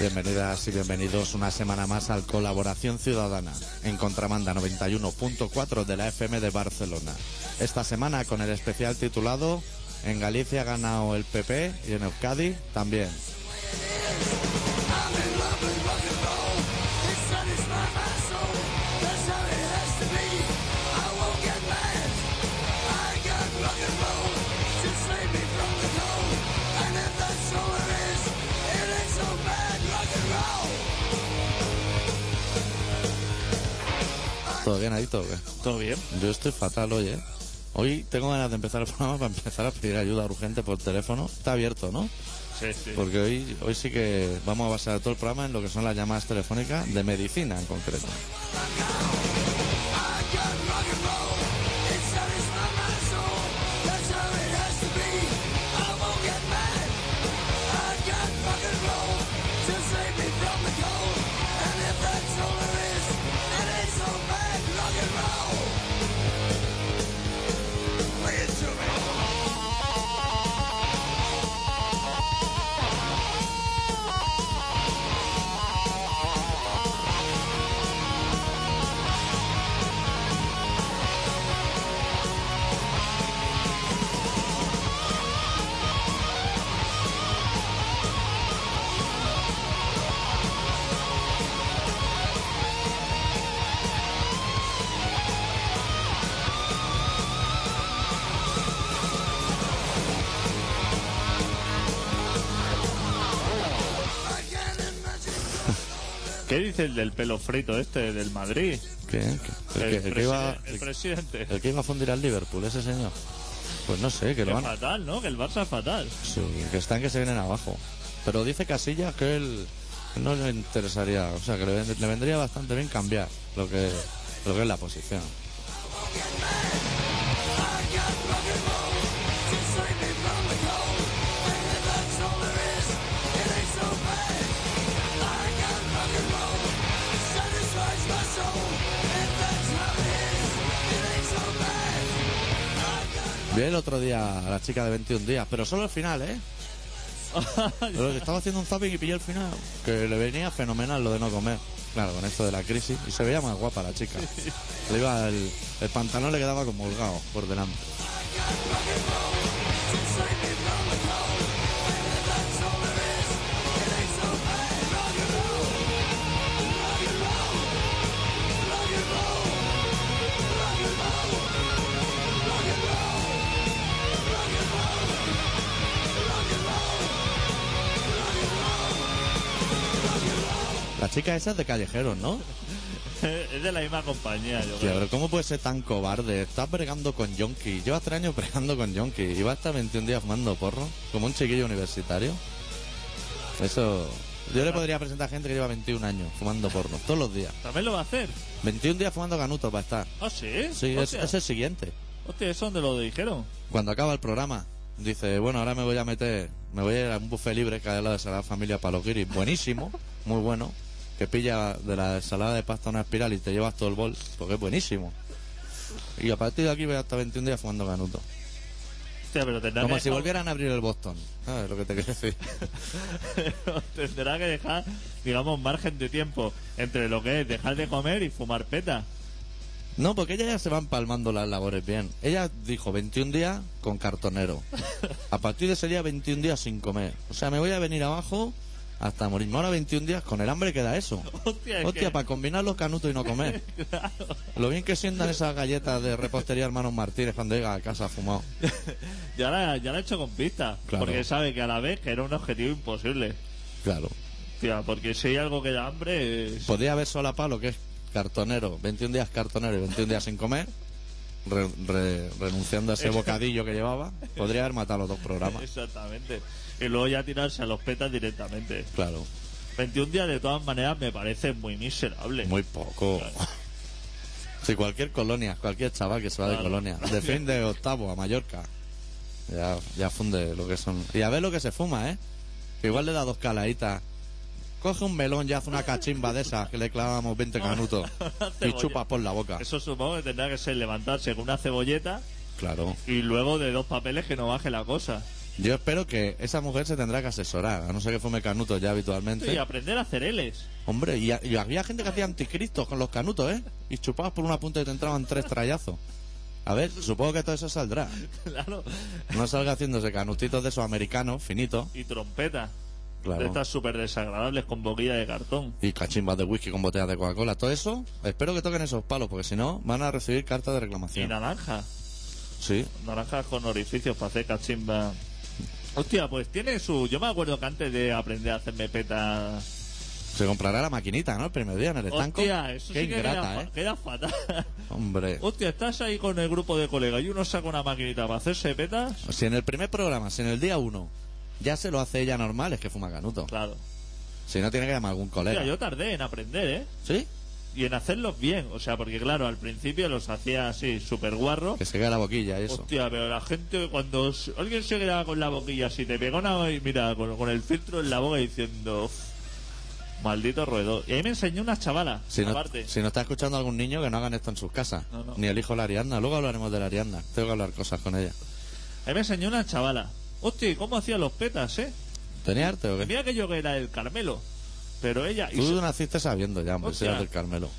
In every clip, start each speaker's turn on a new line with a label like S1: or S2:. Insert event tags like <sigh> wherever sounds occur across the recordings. S1: Bienvenidas y bienvenidos una semana más al Colaboración Ciudadana en Contramanda 91.4 de la FM de Barcelona. Esta semana con el especial titulado En Galicia ha ganado el PP y en Euskadi también. ¿Todo bien, Adicto? o qué?
S2: Todo bien.
S1: Yo estoy fatal hoy, ¿eh? Hoy tengo ganas de empezar el programa para empezar a pedir ayuda urgente por teléfono. Está abierto, ¿no?
S2: Sí, sí.
S1: Porque hoy, hoy sí que vamos a basar todo el programa en lo que son las llamadas telefónicas de medicina en concreto.
S2: Pues, ¿Qué dice el del pelo frito este del Madrid?
S1: ¿Qué? ¿Qué-
S2: El,
S1: el que- el que iba-
S2: preside- el presidente.
S1: el que iba a fundir al Liverpool, ese señor. Pues no sé, que
S2: Que
S1: lo van a...
S2: fatal, ¿no? Que el Barça es fatal. <laughs>
S1: Sí, que están que se vienen abajo. Pero dice Casillas que él no le interesaría, o sea, que le, ven- le vendría bastante bien cambiar lo que, lo que es la posición. Vi el otro día a la chica de 21 días, pero solo el final, ¿eh? Pero que estaba haciendo un zapping y pillé el final. Que le venía fenomenal lo de no comer. Claro, con esto de la crisis. Y se veía más guapa la chica. Le iba el, el pantalón le quedaba como holgado por delante. La chica esa es de callejeros, ¿no?
S2: es de la misma compañía, yo
S1: Tío,
S2: creo.
S1: pero ¿cómo puede ser tan cobarde? Estás bregando con Yonki. Llevas tres años <laughs> bregando con Yonki. Y va hasta 21 días fumando porro. Como un chiquillo universitario. Eso. Yo le podría presentar a gente que lleva 21 años fumando porro. Todos los días.
S2: ¿También lo va a hacer?
S1: 21 días fumando canutos va a estar.
S2: ¿Ah, sí?
S1: Sí, es,
S2: Hostia.
S1: es el siguiente.
S2: Hostia, ¿eso dónde lo dijeron?
S1: Cuando acaba el programa, dice, bueno, ahora me voy a meter, me voy a ir a un buffet libre que hay al lado de Salada Familia Paloquiri. Buenísimo, <laughs> muy bueno. Que pilla de la ensalada de pasta una espiral y te llevas todo el bol, porque es buenísimo. Y a partir de aquí voy hasta 21 días fumando canuto.
S2: Hostia, pero tendrá
S1: Como
S2: que
S1: si
S2: dejar-
S1: volvieran a abrir el Boston. ¿Sabes lo que te quiero decir?
S2: <laughs> tendrá que dejar, digamos, margen de tiempo entre lo que es dejar de comer y fumar peta. <laughs>
S1: No, porque ella ya se van palmando las labores bien. Ella dijo 21 días con cartonero. A partir de ese día 21 días sin comer. O sea, me voy a venir abajo hasta morirme. Ahora 21 días con el hambre queda eso.
S2: <laughs> Hostia, es
S1: Hostia,
S2: que-
S1: para combinar los canutos y no
S2: <laughs>
S1: comer. Lo bien que sientan esas galletas de repostería hermanos Martínez cuando llega a casa fumado.
S2: Ya la, ya la he hecho con pista.
S1: Claro.
S2: Porque sabe que a la vez que era un objetivo imposible.
S1: Claro.
S2: Tía, porque si hay algo que da hambre es...
S1: Podría haber solapado lo que es cartonero, 21 días cartonero y 21 días sin comer, re- re- renunciando a
S2: <laughs>
S1: ese bocadillo que llevaba. Podría haber matado los dos programas.
S2: Exactamente. Y luego ya tirarse a los petas directamente.
S1: Claro.
S2: 21 días de todas maneras me parece muy miserable.
S1: Muy poco. Si cualquier colonia, cualquier chaval que se va de
S2: Claro.
S1: colonia, de fin de octavo a Mallorca, ya, ya funde lo que son. Y a ver lo que se fuma, ¿eh? Que igual le da dos caladitas. Coge un melón y hace una cachimba de esas que le clavamos 20 canutos y
S2: Cebolla.
S1: chupas por la boca.
S2: Eso supongo que tendrá que ser levantarse con una cebolleta
S1: Claro.
S2: y luego de dos papeles que no baje la cosa.
S1: Yo espero que esa mujer se tendrá que asesorar, a no ser que fume canutos ya habitualmente.
S2: Y aprender a hacer L's. <laughs>
S1: Hombre, y, a- y había gente que hacía anticristos con los canutos, ¿eh? Y chupabas por una punta y te entraban tres trallazos. A ver, supongo que todo eso saldrá.
S2: Claro.
S1: No salga haciéndose canutitos de esos americanos, finitos.
S2: Y trompeta.
S1: Claro.
S2: De estas súper desagradables con boquilla de cartón.
S1: Y cachimbas de whisky con botellas de Coca-Cola. Todo eso, espero que toquen esos palos, porque si no, van a recibir cartas de
S2: Y
S1: reclamación.
S2: naranja.
S1: Sí,
S2: Naranjas con orificios para hacer cachimba. Hostia, pues tiene su. Yo me acuerdo que antes de aprender a hacerme peta.
S1: se comprará la maquinita, ¿no? El primer día en el estanco.
S2: Hostia, eso
S1: Qué
S2: sí que
S1: ingrata,
S2: queda,
S1: ¿eh?
S2: fa- queda fatal. <laughs>
S1: Hombre.
S2: Hostia, estás ahí con el grupo de colegas y uno saca una maquinita para hacerse petas.
S1: Si en el primer programa, si en el día uno, ya se lo hace ella normal, es que fuma canuto.
S2: Claro.
S1: Si no, tiene que llamar a algún colega.
S2: Hostia, yo tardé en aprender, ¿eh?
S1: ¿Sí?
S2: Y en hacerlos bien. O sea, porque claro, al principio los hacía así, súper guarro.
S1: Que se queda la boquilla y eso.
S2: Hostia, pero la gente, cuando s- alguien se quedaba con la boquilla así, te pegó una y mira, con, con el filtro en la boca diciendo, "Uf, maldito roedor. Y ahí me enseñó una chavala,
S1: Si no,
S2: aparte.
S1: si no está escuchando algún niño, que no hagan esto en sus casas.
S2: No, no.
S1: Ni el hijo de la Ariadna. Luego hablaremos de la Ariadna. Tengo que hablar cosas con ella.
S2: Ahí me enseñó una chavala. Hostia, ¿y ¿cómo hacía los petas, eh?
S1: ¿Tenía arte o qué?
S2: Mira que yo que era el Carmelo. Pero ella... y
S1: Pues Tú
S2: se-
S1: naciste sabiendo ya, hombre, si
S2: Hostia.
S1: eras del Carmelo.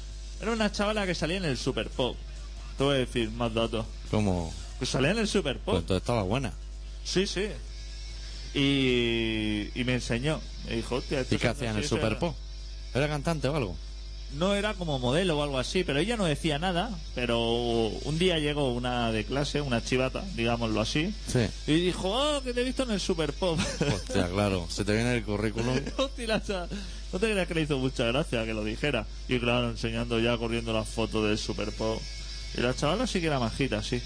S2: Era una chavala que salía en el Super Pop. Te voy a decir más datos.
S1: Como...
S2: Que salía en el Super
S1: Pues
S2: Pop.
S1: entonces estaba buena.
S2: Sí, sí. Y, y me enseñó. Me dijo, hostia, esto
S1: ¿Y qué
S2: es
S1: hacía en
S2: así,
S1: el
S2: esto
S1: Super
S2: era-
S1: Pop? ¿Era cantante o algo?
S2: No era como modelo o algo así, pero ella no decía nada. Pero un día llegó una de clase, una chivata, digámoslo así,
S1: Sí.
S2: y dijo, oh, que te he visto en el Super Pop.
S1: Hostia, claro. Se te viene el
S2: <laughs>
S1: currículum.
S2: Hostia, la cha- no te creas que le hizo mucha gracia que lo dijera. Y claro, enseñando ya, corriendo las fotos del Super Pop. Y la chavala sí que era majita, sí.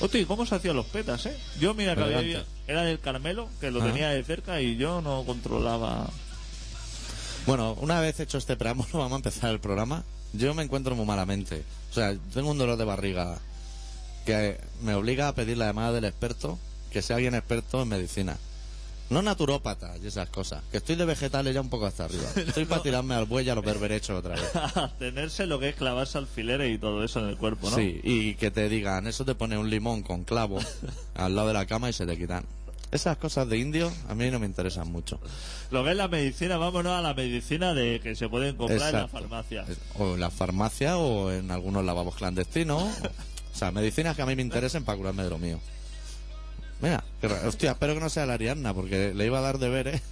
S2: Hostia, ¿y cómo se hacían los petas, eh? Yo, mira, que
S1: Elegante.
S2: había- era del Carmelo, que lo
S1: Ah.
S2: tenía de cerca y yo no controlaba. <laughs>
S1: Bueno, una vez hecho este preámbulo, vamos a empezar el programa. Yo me encuentro muy malamente. O sea, tengo un dolor de barriga que me obliga a pedir la llamada del experto, que sea alguien experto en medicina. No naturópata y esas cosas. Que estoy de vegetales ya un poco hasta arriba. Estoy para tirarme al buey y a los berberechos otra vez.
S2: Tenerse lo que es clavarse alfileres y todo eso en el cuerpo, ¿no?
S1: Sí, y que te digan, eso te pone un limón con clavo al lado de la cama y se te quitan. Esas cosas de indio a mí no me interesan mucho.
S2: Lo que es la medicina, vámonos a la medicina de que se pueden comprar en la
S1: Exacto.
S2: farmacia.
S1: O en la farmacia o en algunos lavabos clandestinos. o sea, medicinas que a mí me interesen para curarme de lo mío. Mira, qué ra- hostia, espero que no sea la Ariadna porque le iba a dar deberes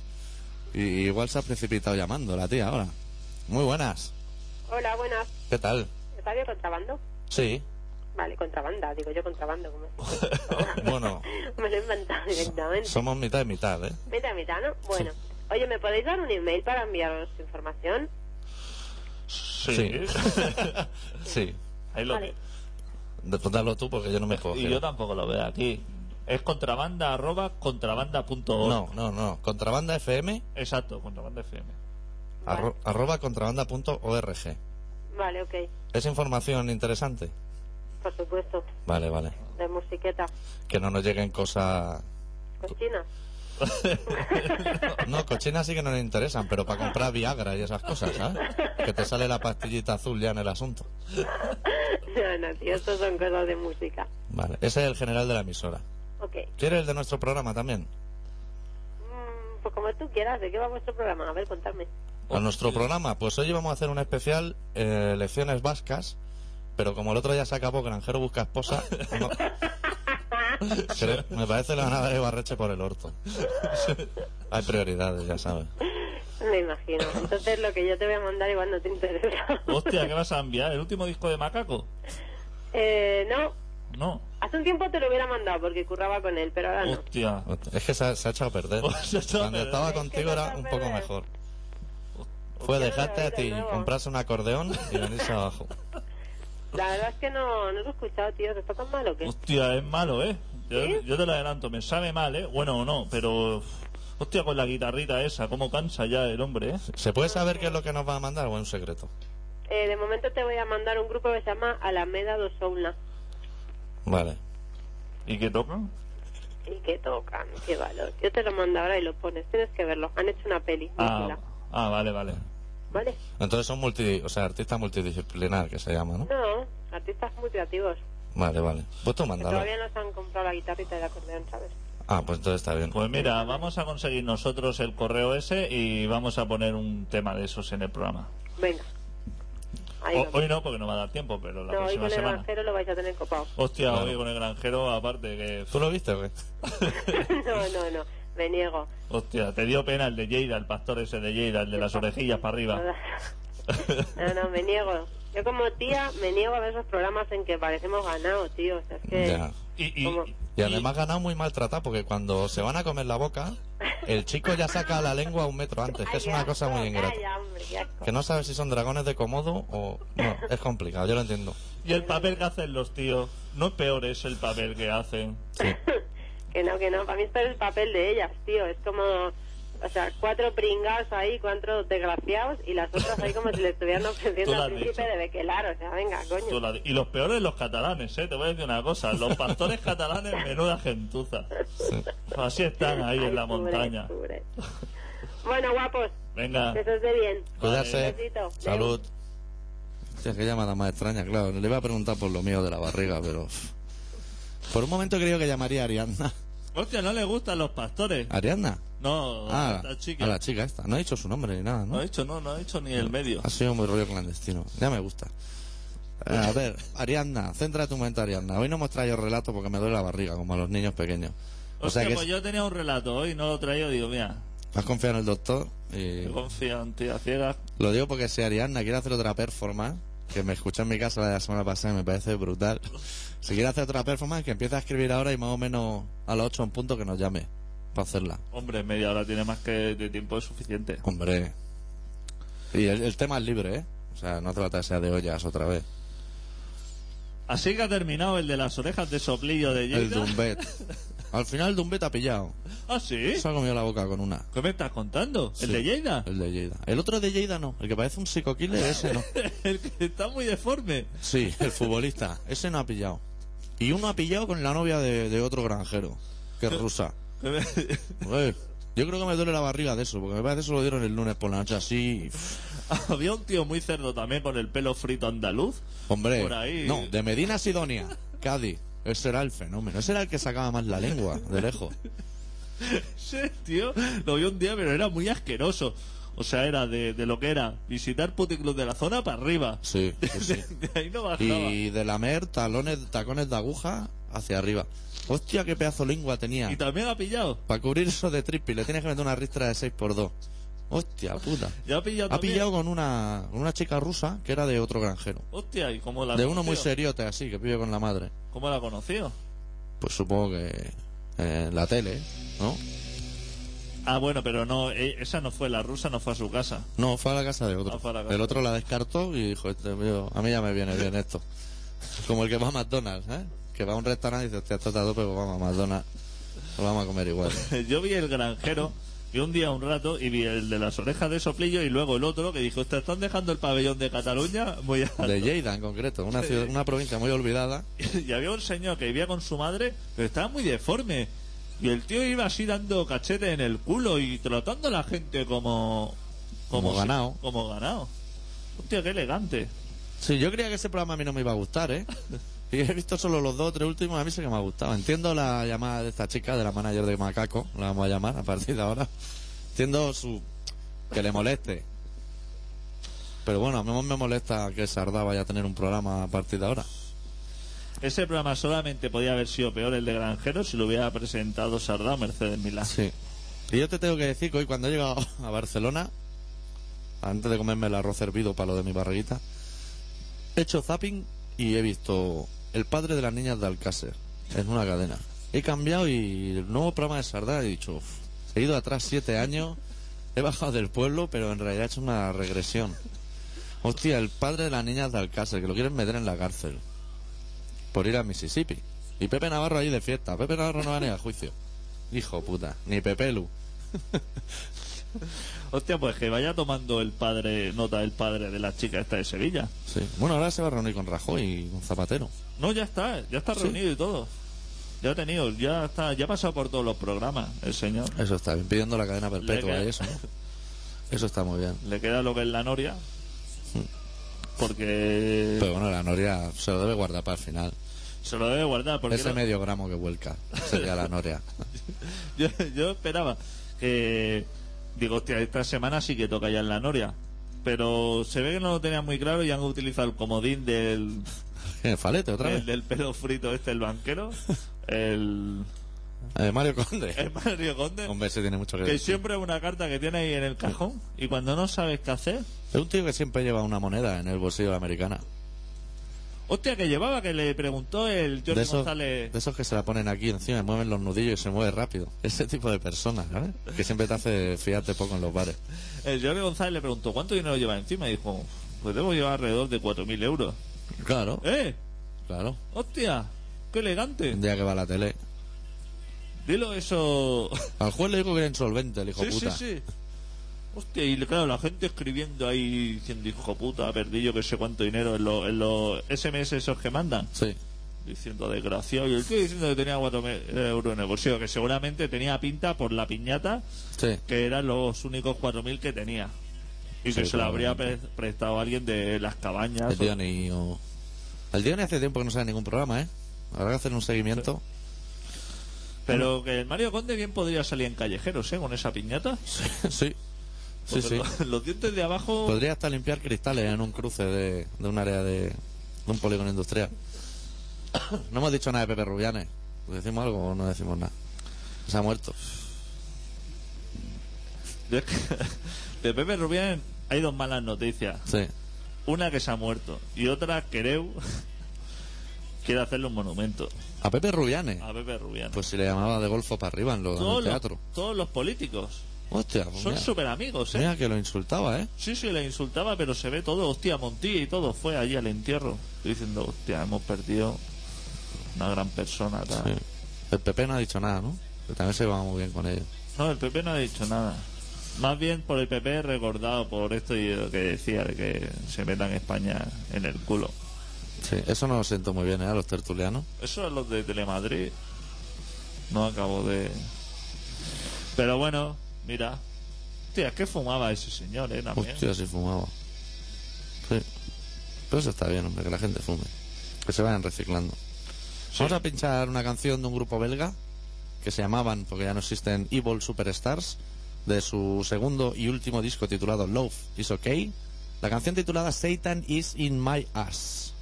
S1: y igual se ha precipitado llamando la tía ahora. Muy buenas.
S3: Hola, buenas.
S1: ¿Qué tal?
S3: ¿Radio Contrabando?
S1: Sí.
S3: Vale, contrabanda, digo yo contrabando. como <laughs>
S1: Bueno,
S3: Me lo he inventado directamente.
S1: somos mitad y mitad, ¿eh?
S3: Mitad, mitad, ¿no? Bueno. Oye, ¿me podéis dar un email para enviaros información?
S1: Sí. Sí.
S2: <laughs> Ahí lo-
S3: Vale.
S1: Respóndalo tú porque yo no me puedo.
S2: Y yo tampoco lo veo aquí. Es contrabanda arroba contrabanda.org.
S1: No, no, no. Contrabanda FM
S2: Exacto, contrabanda FM.
S1: arro- arroba contrabanda.org.
S3: Vale, ok.
S1: ¿Es información interesante?
S3: Por supuesto.
S1: Vale, vale.
S3: De musiqueta.
S1: Que no nos lleguen cosas...
S3: Cochina. <laughs>
S1: No, cochinas sí que no nos interesan, pero para comprar Viagra y esas cosas, ¿sabes? Que te sale la pastillita azul ya en el asunto.
S3: No, no, tío, esto son cosas de música.
S1: Vale, ese es el general de la emisora.
S3: Ok.
S1: ¿Quieres el de nuestro programa también?
S3: Mm, pues como tú quieras, ¿de qué va vuestro programa? A ver, contadme.
S1: A nuestro programa, pues hoy vamos a hacer un especial eh, Elecciones Vascas, pero como el otro ya se acabó, Granjero
S3: <laughs>
S1: Busca Esposa, no- Creo- me parece la nada de Barreche por el orto. Hay prioridades, ya sabes.
S3: Me imagino. Entonces lo que yo te voy a mandar igual no te
S2: <laughs>
S3: interesa.
S2: Hostia, ¿qué vas a enviar? ¿El último disco de Macaco?
S3: eh, no.
S2: No.
S3: Hace un tiempo te lo hubiera mandado porque curraba con él, pero ahora no.
S2: Hostia.
S1: Es que se ha, se ha echado a perder.
S3: Pues
S2: Se ha echado a
S1: Cuando
S2: perder.
S1: estaba
S3: Es que
S1: contigo
S3: se ha
S1: era
S3: echado
S1: un
S3: a
S1: poco
S3: perder.
S1: mejor. Fue dejarte a ti,
S3: nuevo.
S1: comprarse un acordeón y venirse abajo.
S3: La verdad es que no, no lo he escuchado, tío. ¿Está tan malo que?
S2: Hostia, es malo, ¿eh? Yo,
S3: ¿Sí?
S2: yo te lo adelanto, me sabe mal, ¿eh? Bueno o no, pero... Hostia, con la guitarrita esa, cómo cansa ya el hombre, ¿eh?
S1: ¿Se puede saber qué es lo que nos va a mandar o es un secreto?
S3: Eh, de momento te voy a mandar un grupo que se llama Alameda dos Soula.
S1: Vale.
S2: ¿Y qué toca?
S3: Y que tocan, qué valor. Yo te lo mando ahora y lo pones. Tienes que verlo. Han hecho una peli.
S2: Ah,
S3: mísela.
S2: ah, vale, vale.
S3: ¿Vale?
S1: Entonces son multi, o sea, artista multidisciplinar que se llama, ¿no?
S3: No, artistas muy creativos.
S1: Vale, vale. Pues tú
S3: Que
S1: mándalo.
S3: todavía no se han comprado la guitarrita y el acordeón, ¿sabes?
S1: Ah, pues entonces está bien.
S2: Pues mira, vamos a conseguir nosotros el correo ese y vamos a poner un tema de esos en el programa.
S3: Venga. Ahí
S2: O-
S3: lo-
S2: hoy no, porque no va a dar tiempo, pero la
S3: no, hoy
S2: próxima
S3: con el
S2: semana.
S3: granjero lo vais a tener copado. <laughs>
S2: Hostia,
S1: Claro.
S2: hoy con el granjero, aparte que.
S1: ¿Tú lo viste, güey?
S3: no, no, no. Me niego.
S2: Hostia, te dio pena el de Lleida, el pastor ese de Lleida, el de las orejillas para arriba.
S3: No, no, me niego. Yo como tía me niego a ver esos programas en que parecemos ganados, tío. O sea, es que...
S1: Ya.
S2: Y, y,
S3: ¿Cómo?
S1: Y además ganado muy maltratado porque cuando se van a comer la boca, el chico ya saca la lengua un metro antes, que es
S3: Ay,
S1: una
S3: qué
S1: cosa
S3: asco,
S1: muy ingrata.
S3: calla, hombre, qué asco.
S1: Que no sabes si son dragones de Komodo o... No, es complicado, yo lo entiendo.
S2: y el papel que hacen los tíos, no es peor eso el papel que hacen.
S1: Sí.
S3: Que no, que no. Para mí esto es el papel de ellas, tío. Es como... O sea, cuatro pringados ahí, cuatro desgraciados y las otras ahí como si le estuvieran
S2: <laughs> Tú lo
S3: ofreciendo al
S2: has
S3: príncipe
S2: dicho.
S3: de Bequelar. O sea, venga,
S2: Tú
S3: coño.
S2: la- Y los peores los catalanes, ¿eh? Te voy a decir una cosa.
S1: <laughs>
S2: Los pastores catalanes, menuda gentuza. Así están ahí
S3: Ay,
S2: en la
S3: pobre,
S2: montaña. <laughs> Ah.
S3: pobre. Bueno, guapos,
S2: Venga.
S3: que se os dé bien.
S1: Cuidarse.
S3: Besito.
S1: Salud. Hostia, qué llamada más extraña, claro. Le iba a preguntar por lo mío de la barriga, pero... Por un momento creo que llamaría a Ariadna.
S2: Hostia, no le gustan los pastores.
S1: ¿Ariadna?
S2: No,
S1: Ah,
S2: esta chica.
S1: a la chica esta. No ha dicho su nombre ni nada,
S2: No
S1: ¿no?
S2: ha hecho, no, no ha hecho ni el medio.
S1: Ha sido muy rollo clandestino. Ya me gusta. Eh, A ver, Ariadna, centra tu mente, Ariadna. Hoy no hemos traído relato porque me duele la barriga, como a los niños pequeños. O
S2: Hostia,
S1: sea que
S2: pues yo tenía un relato hoy, no lo traía, digo, mira,
S1: has confiado en el doctor y...
S2: yo confío en tía ciega.
S1: Lo digo porque si Ariadna quiere hacer otra performance, que me escuchó en mi casa la de la semana pasada y me parece brutal. Si quiere hacer otra performance, que empiece a escribir ahora y más o menos a las 8 en punto que nos llame para hacerla.
S2: Hombre, media hora tiene más que de tiempo es suficiente.
S1: Hombre. Y el, el tema es libre, ¿eh? O sea, no trata de ser de ollas otra vez.
S2: Así que ha terminado el de las orejas de soplillo de
S1: El
S2: Lleida.
S1: Dumbet.
S2: <laughs>
S1: Al final el Dumbet ha pillado.
S2: Ah, sí.
S1: Se ha comido la boca con una.
S2: ¿Qué me estás contando? ¿El
S1: Sí.
S2: de Lleida? <laughs>
S1: El de Lleida. El otro de Lleida no. El que parece un psicoquile, ese no.
S2: el que está muy deforme. <laughs>
S1: Sí, <laughs> el futbolista. Ese no ha pillado. Y uno ha pillado con la novia de, de otro granjero, que es rusa.
S2: Que me-
S1: Eh, yo creo que me duele la barriga de eso, porque me parece que se lo dieron el lunes por la noche así. pff,
S2: Había un tío muy cerdo también con el pelo frito andaluz. <laughs>
S1: Hombre,
S2: Por ahí.
S1: no, de Medina a Sidonia, Cádiz. Ese era el fenómeno, ese era el que sacaba más la lengua, de lejos.
S2: Sí, tío, lo vi un día, pero era muy asqueroso. O sea, era de, de lo que era visitar puticlub de la zona para arriba. <laughs>
S1: Sí, sí, sí.
S2: De ahí no bajaba. Y,
S1: Y de lamer talones, tacones de aguja hacia arriba. Hostia, qué pedazo de lengua tenía.
S2: también ha pillado.
S1: Para cubrir eso de tripi le tienes que meter una ristra de 6x2. Hostia puta.
S2: Ya ha pillado
S1: Ha
S2: también.
S1: pillado con una, con una chica rusa que era de otro granjero.
S2: Hostia, y cómo la ha
S1: De uno muy
S2: conocido?
S1: seriote así, que vive con la madre.
S2: ¿Cómo la ha conocido?
S1: Pues supongo que eh, en la tele, ¿no?
S2: Ah, bueno, pero no, eh, esa no fue, la rusa no fue a su casa. <laughs>
S1: No, fue a la casa de otro.
S2: Ah, fue a la casa.
S1: El otro la descartó y dijo, este mío, a mí ya me viene bien esto. <laughs> Como el que va a McDonald's, ¿eh? Que va a un restaurante y dice, hostia, esto está a tope, pues vamos a McDonald's. Lo vamos a comer
S2: <laughs>
S1: igual.
S2: Yo vi el granjero, y un día un rato, y vi el de las orejas de soplillo, y luego el otro que dijo, "Hostia, están dejando el pabellón de Cataluña muy alto".
S1: De Lleida en concreto, una, ciudad- una provincia muy olvidada.
S2: <laughs> Y había un señor que vivía con su madre, pero estaba muy deforme. Y el tío iba así dando cachete en el culo y tratando a la gente como...
S1: Como ganado.
S2: Como ganado. Hostia, qué elegante.
S1: Sí, yo creía que ese programa a mí no me iba a gustar, ¿eh? Y he visto solo los dos o tres últimos, a mí sí que me ha gustado. Entiendo la llamada de esta chica, de la manager de Macaco, la vamos a llamar a partir de ahora. Entiendo su que le moleste. Pero bueno, a mí me molesta que Sardá vaya a tener un programa a partir de ahora.
S2: Ese programa solamente podía haber sido peor el de granjero si lo hubiera presentado Sardá o Mercedes Milán.
S1: Sí. Y yo te tengo que decir que hoy cuando he llegado <laughs> a Barcelona, antes de comerme el arroz hervido para lo de mi barriguita, he hecho zapping y he visto El padre de las niñas de Alcácer en una cadena. He cambiado y el nuevo programa de Sardá he dicho, "Uf, he ido atrás siete años, he bajado del pueblo, pero en realidad he hecho una regresión. Hostia, el padre de las niñas de Alcácer, que lo quieren meter en la cárcel por ir a Mississippi. Y Pepe Navarro ahí de fiesta. Pepe Navarro no va ni a juicio. Hijo puta, ni Pepelu.
S2: Hostia, pues que vaya tomando el padre, nota el padre de la chica esta de Sevilla.
S1: Sí. Bueno, ahora se va a reunir con Rajoy y con Zapatero.
S2: No, ya está, ya está reunido y todo. Ya ha tenido, ya está, ya ha pasado por todos los programas el señor.
S1: Eso está bien, pidiendo la cadena perpetua
S2: Le-
S1: y eso,
S2: <laughs>
S1: ¿no? Eso está muy bien.
S2: Le queda lo que es la noria. Porque
S1: Pero bueno, la Noria se lo debe guardar para el final.
S2: Se lo debe guardar porque
S1: Ese
S2: no-
S1: medio gramo que vuelca sería la noria.
S2: <laughs> yo, yo esperaba que... Digo, hostia, esta semana sí que toca ya en la Noria. Pero se ve que no lo tenían muy claro y han utilizado el comodín del,
S1: ¿Qué, falete otra
S2: el
S1: vez?
S2: del pelo frito este,
S1: <laughs>
S2: el banquero. El,
S1: Eh, Mario Conde.
S2: <laughs> el Mario Conde.
S1: Hombre, ese tiene mucho que
S2: Que
S1: decir.
S2: siempre es una carta que tiene ahí en el cajón y cuando no sabes qué hacer,
S1: Es un tío que siempre lleva una moneda en el bolsillo de la americana.
S2: hostia que llevaba que le preguntó el Jordi
S1: de, esos,
S2: González,
S1: de esos que se la ponen aquí encima, y mueven los nudillos y se mueve rápido. <laughs> Ese tipo de personas, ¿sabes? Que siempre te hace fiarte poco en los bares.
S2: el Jordi González le preguntó cuánto dinero lleva encima y dijo, pues debo llevar alrededor de 4.000 euros.
S1: Claro,
S2: ¡Eh!
S1: claro.
S2: ¡Hostia! ¡Qué elegante!
S1: Un día que va a la tele.
S2: Dilo eso.
S1: Al juez le dijo que era insolvente, el hijo
S2: sí, sí,
S1: puta.
S2: sí. Hostia, y claro, la gente escribiendo ahí diciendo, hijo puta, perdí yo que sé cuánto dinero en los, en los SMS esos que mandan.
S1: Sí.
S2: diciendo desgraciado y el tío diciendo que tenía 4.000 euros en el bolsillo, que seguramente tenía pinta por la piñata,
S1: sí.
S2: que eran los únicos 4.000 que tenía. Y que
S1: Sí,
S2: se la habría pre-
S1: probablemente.
S2: prestado a alguien de las cabañas.
S1: El
S2: o-
S1: Diony. o- El Diony hace tiempo que no sale en ningún programa, ¿eh? Habrá que hacer un seguimiento.
S2: Pero que el Mario Conde bien podría salir en callejeros, ¿eh? Con esa piñata. <laughs>
S1: Sí. Sí,
S2: Porque
S1: sí. Pues-
S2: lo- <laughs> Los dientes de abajo...
S1: Podría hasta limpiar cristales en un cruce de, de un área de, de un polígono industrial. <coughs> No hemos dicho nada de Pepe Rubianes. ¿Decimos algo o no decimos nada? Se ha muerto.
S2: De, <laughs> de Pepe Rubián hay dos malas noticias.
S1: Sí.
S2: Una que se ha muerto y otra, creo, <laughs> quiere hacerle un monumento
S1: ¿A Pepe Rubianes?
S2: a Pepe Rubián.
S1: Pues si le llamaba de golfo para arriba en, lo, en
S2: todos,
S1: el
S2: los-
S1: teatro.
S2: todos los políticos
S1: Hostia, pues
S2: Son
S1: mira,
S2: súper amigos, ¿eh?
S1: mira que lo insultaba, ¿eh?
S2: Sí, sí, le insultaba, pero se ve todo, hostia, Montilla y todo, fue allí al entierro, diciendo, hostia, hemos perdido una gran persona. tal.
S1: Sí. El Pepe no ha dicho nada, ¿no? Que también se va muy bien con ellos.
S2: No, el PP no ha dicho nada. Más bien por el PP recordado por esto y lo que decía, de que se metan España en el culo.
S1: Sí, eso no lo siento muy bien, ¿eh? A los tertulianos.
S2: Eso es los de Telemadrid. No acabo de... Pero bueno, mira. Hostia, es que fumaba ese señor, ¿eh? También.
S1: Hostia, si fumaba. Sí. Pero eso está bien, hombre, que la gente fume. Que se vayan reciclando.
S2: Sí.
S1: Vamos a pinchar una canción de un grupo belga que se llamaban, porque ya no existen, Evil Superstars, de su segundo y último disco titulado Love is OK. La canción titulada Satan is in my ass.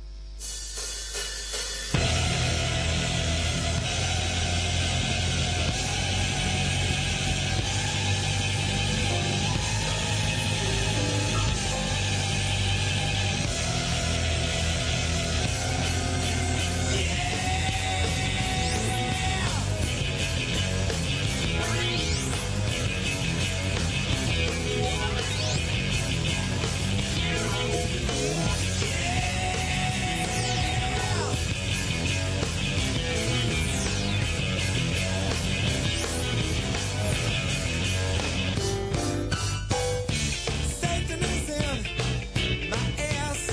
S4: Satan is in my ass.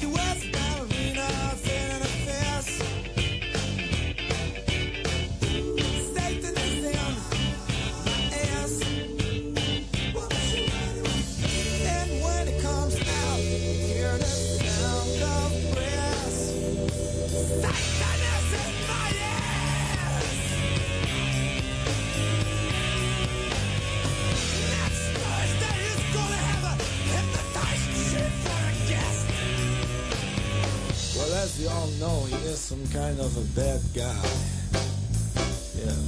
S4: He was a ballerina in an affairs. Satan is in my ass. And when it comes out, you hear the sound of brass. Satan is in my ass. Next Thursday is gonna have a hypnotized shit for a guest.
S5: Well, as you all know, he is some kind of a bad guy. Yeah.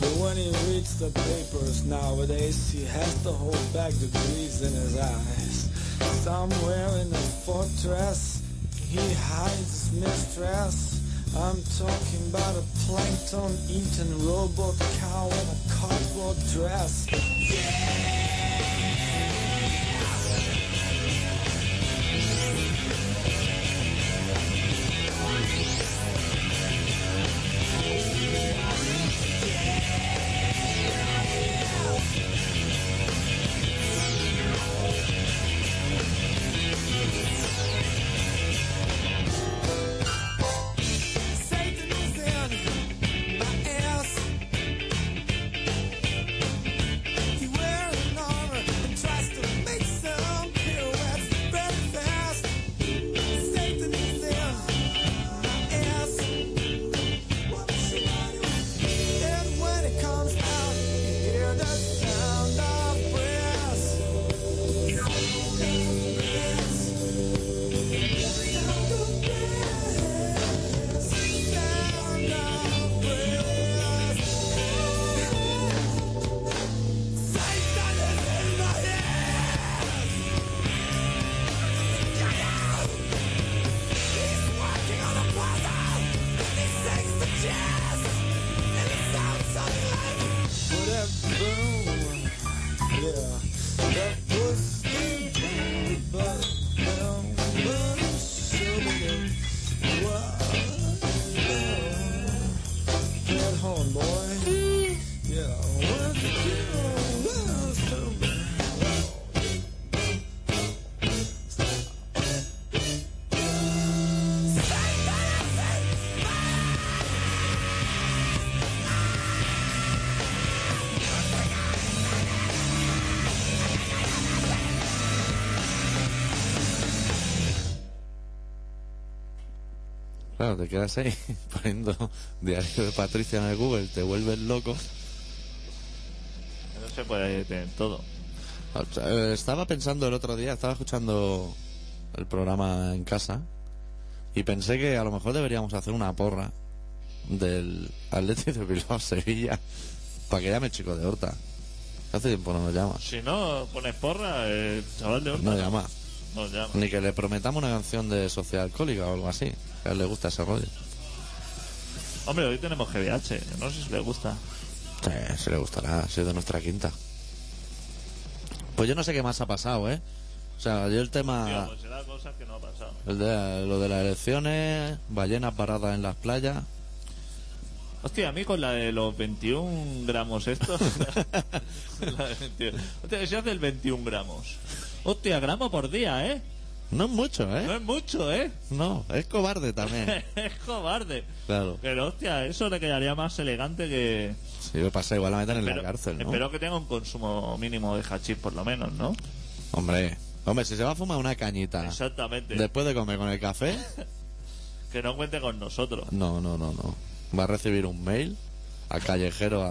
S5: But when he reads the papers nowadays, he has to hold back the grease in his eyes. Somewhere in the fortress, he hides his mistress. I'm talking about a plankton eating robot cow in a cardboard dress.
S4: Satan is in my ass. He wearing armor and tries to
S1: Bueno, te quedas ahí <laughs> poniendo diario de Patricia en el Google, te vuelves loco.
S2: No se puede tener todo.
S1: O sea, eh, Estaba pensando el otro día, estaba escuchando el programa en casa y pensé que a lo mejor deberíamos hacer una porra del Atlético de Bilbao a Sevilla para que llame el chico de Horta. Hace tiempo no nos llama.
S2: Si no pones porra, el chaval de Horta
S1: No llama.
S2: no llama.
S1: Ni que le prometamos una canción de sociedad alcohólica o algo así. A él le gusta ese rollo.
S2: Hombre, hoy tenemos GBH. No sé si le gusta.
S1: Sí, sí le gustará, sí es de nuestra quinta. Pues yo no sé qué más ha pasado, ¿eh? O sea, yo el
S2: Tío,
S1: tema,
S2: pues será cosas que no ha pasado.
S1: el de- lo de las elecciones, ballenas paradas en las playas.
S2: Hostia, a mí con la de los 21 gramos estos. <laughs> la de 21. Hostia, que se hace el 21 gramos. Hostia, gramo por día, ¿eh?
S1: No es mucho,
S2: No
S1: ¿eh?
S2: es mucho, ¿eh? <laughs>
S1: No, es cobarde también.
S2: es cobarde.
S1: Claro.
S2: Pero hostia, eso le quedaría más elegante que...
S1: Si me pasa igual la meten en la
S2: Pero-
S1: cárcel, ¿no?
S2: Espero que tenga un consumo mínimo de hachís por lo menos, ¿no?
S1: Hombre, hombre, si se va a fumar una cañita
S2: Exactamente.
S1: después Ah. de comer con el café,
S2: Que no cuente con nosotros.
S1: no, no, no, no. Va a recibir un mail a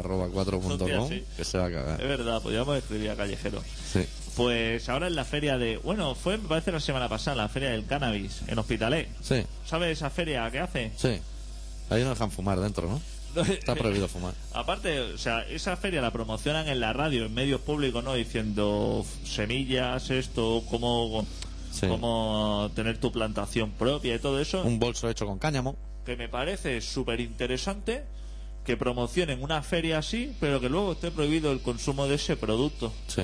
S1: callejero.com
S2: Hostia, sí.
S1: que se va a
S2: Es
S1: cagar.
S2: verdad, pues podríamos escribir a Callejero.
S1: Sí.
S2: Pues ahora en la feria de... Bueno, fue, me parece, la semana pasada, la feria del cannabis, en Hospitalet.
S1: Sí.
S2: ¿Sabes esa feria que hace?
S1: <laughs> Sí. Ahí no dejan fumar dentro, ¿no? Está prohibido fumar.
S2: Aparte, o sea, esa feria la promocionan en la radio, en medios públicos, ¿no? Diciendo semillas, esto, cómo,
S1: Sí.
S2: cómo tener tu plantación propia y todo eso.
S1: Un bolso hecho con cáñamo.
S2: Que me parece súper interesante que promocionen una feria así, pero que luego esté prohibido el consumo de ese producto.
S1: Sí.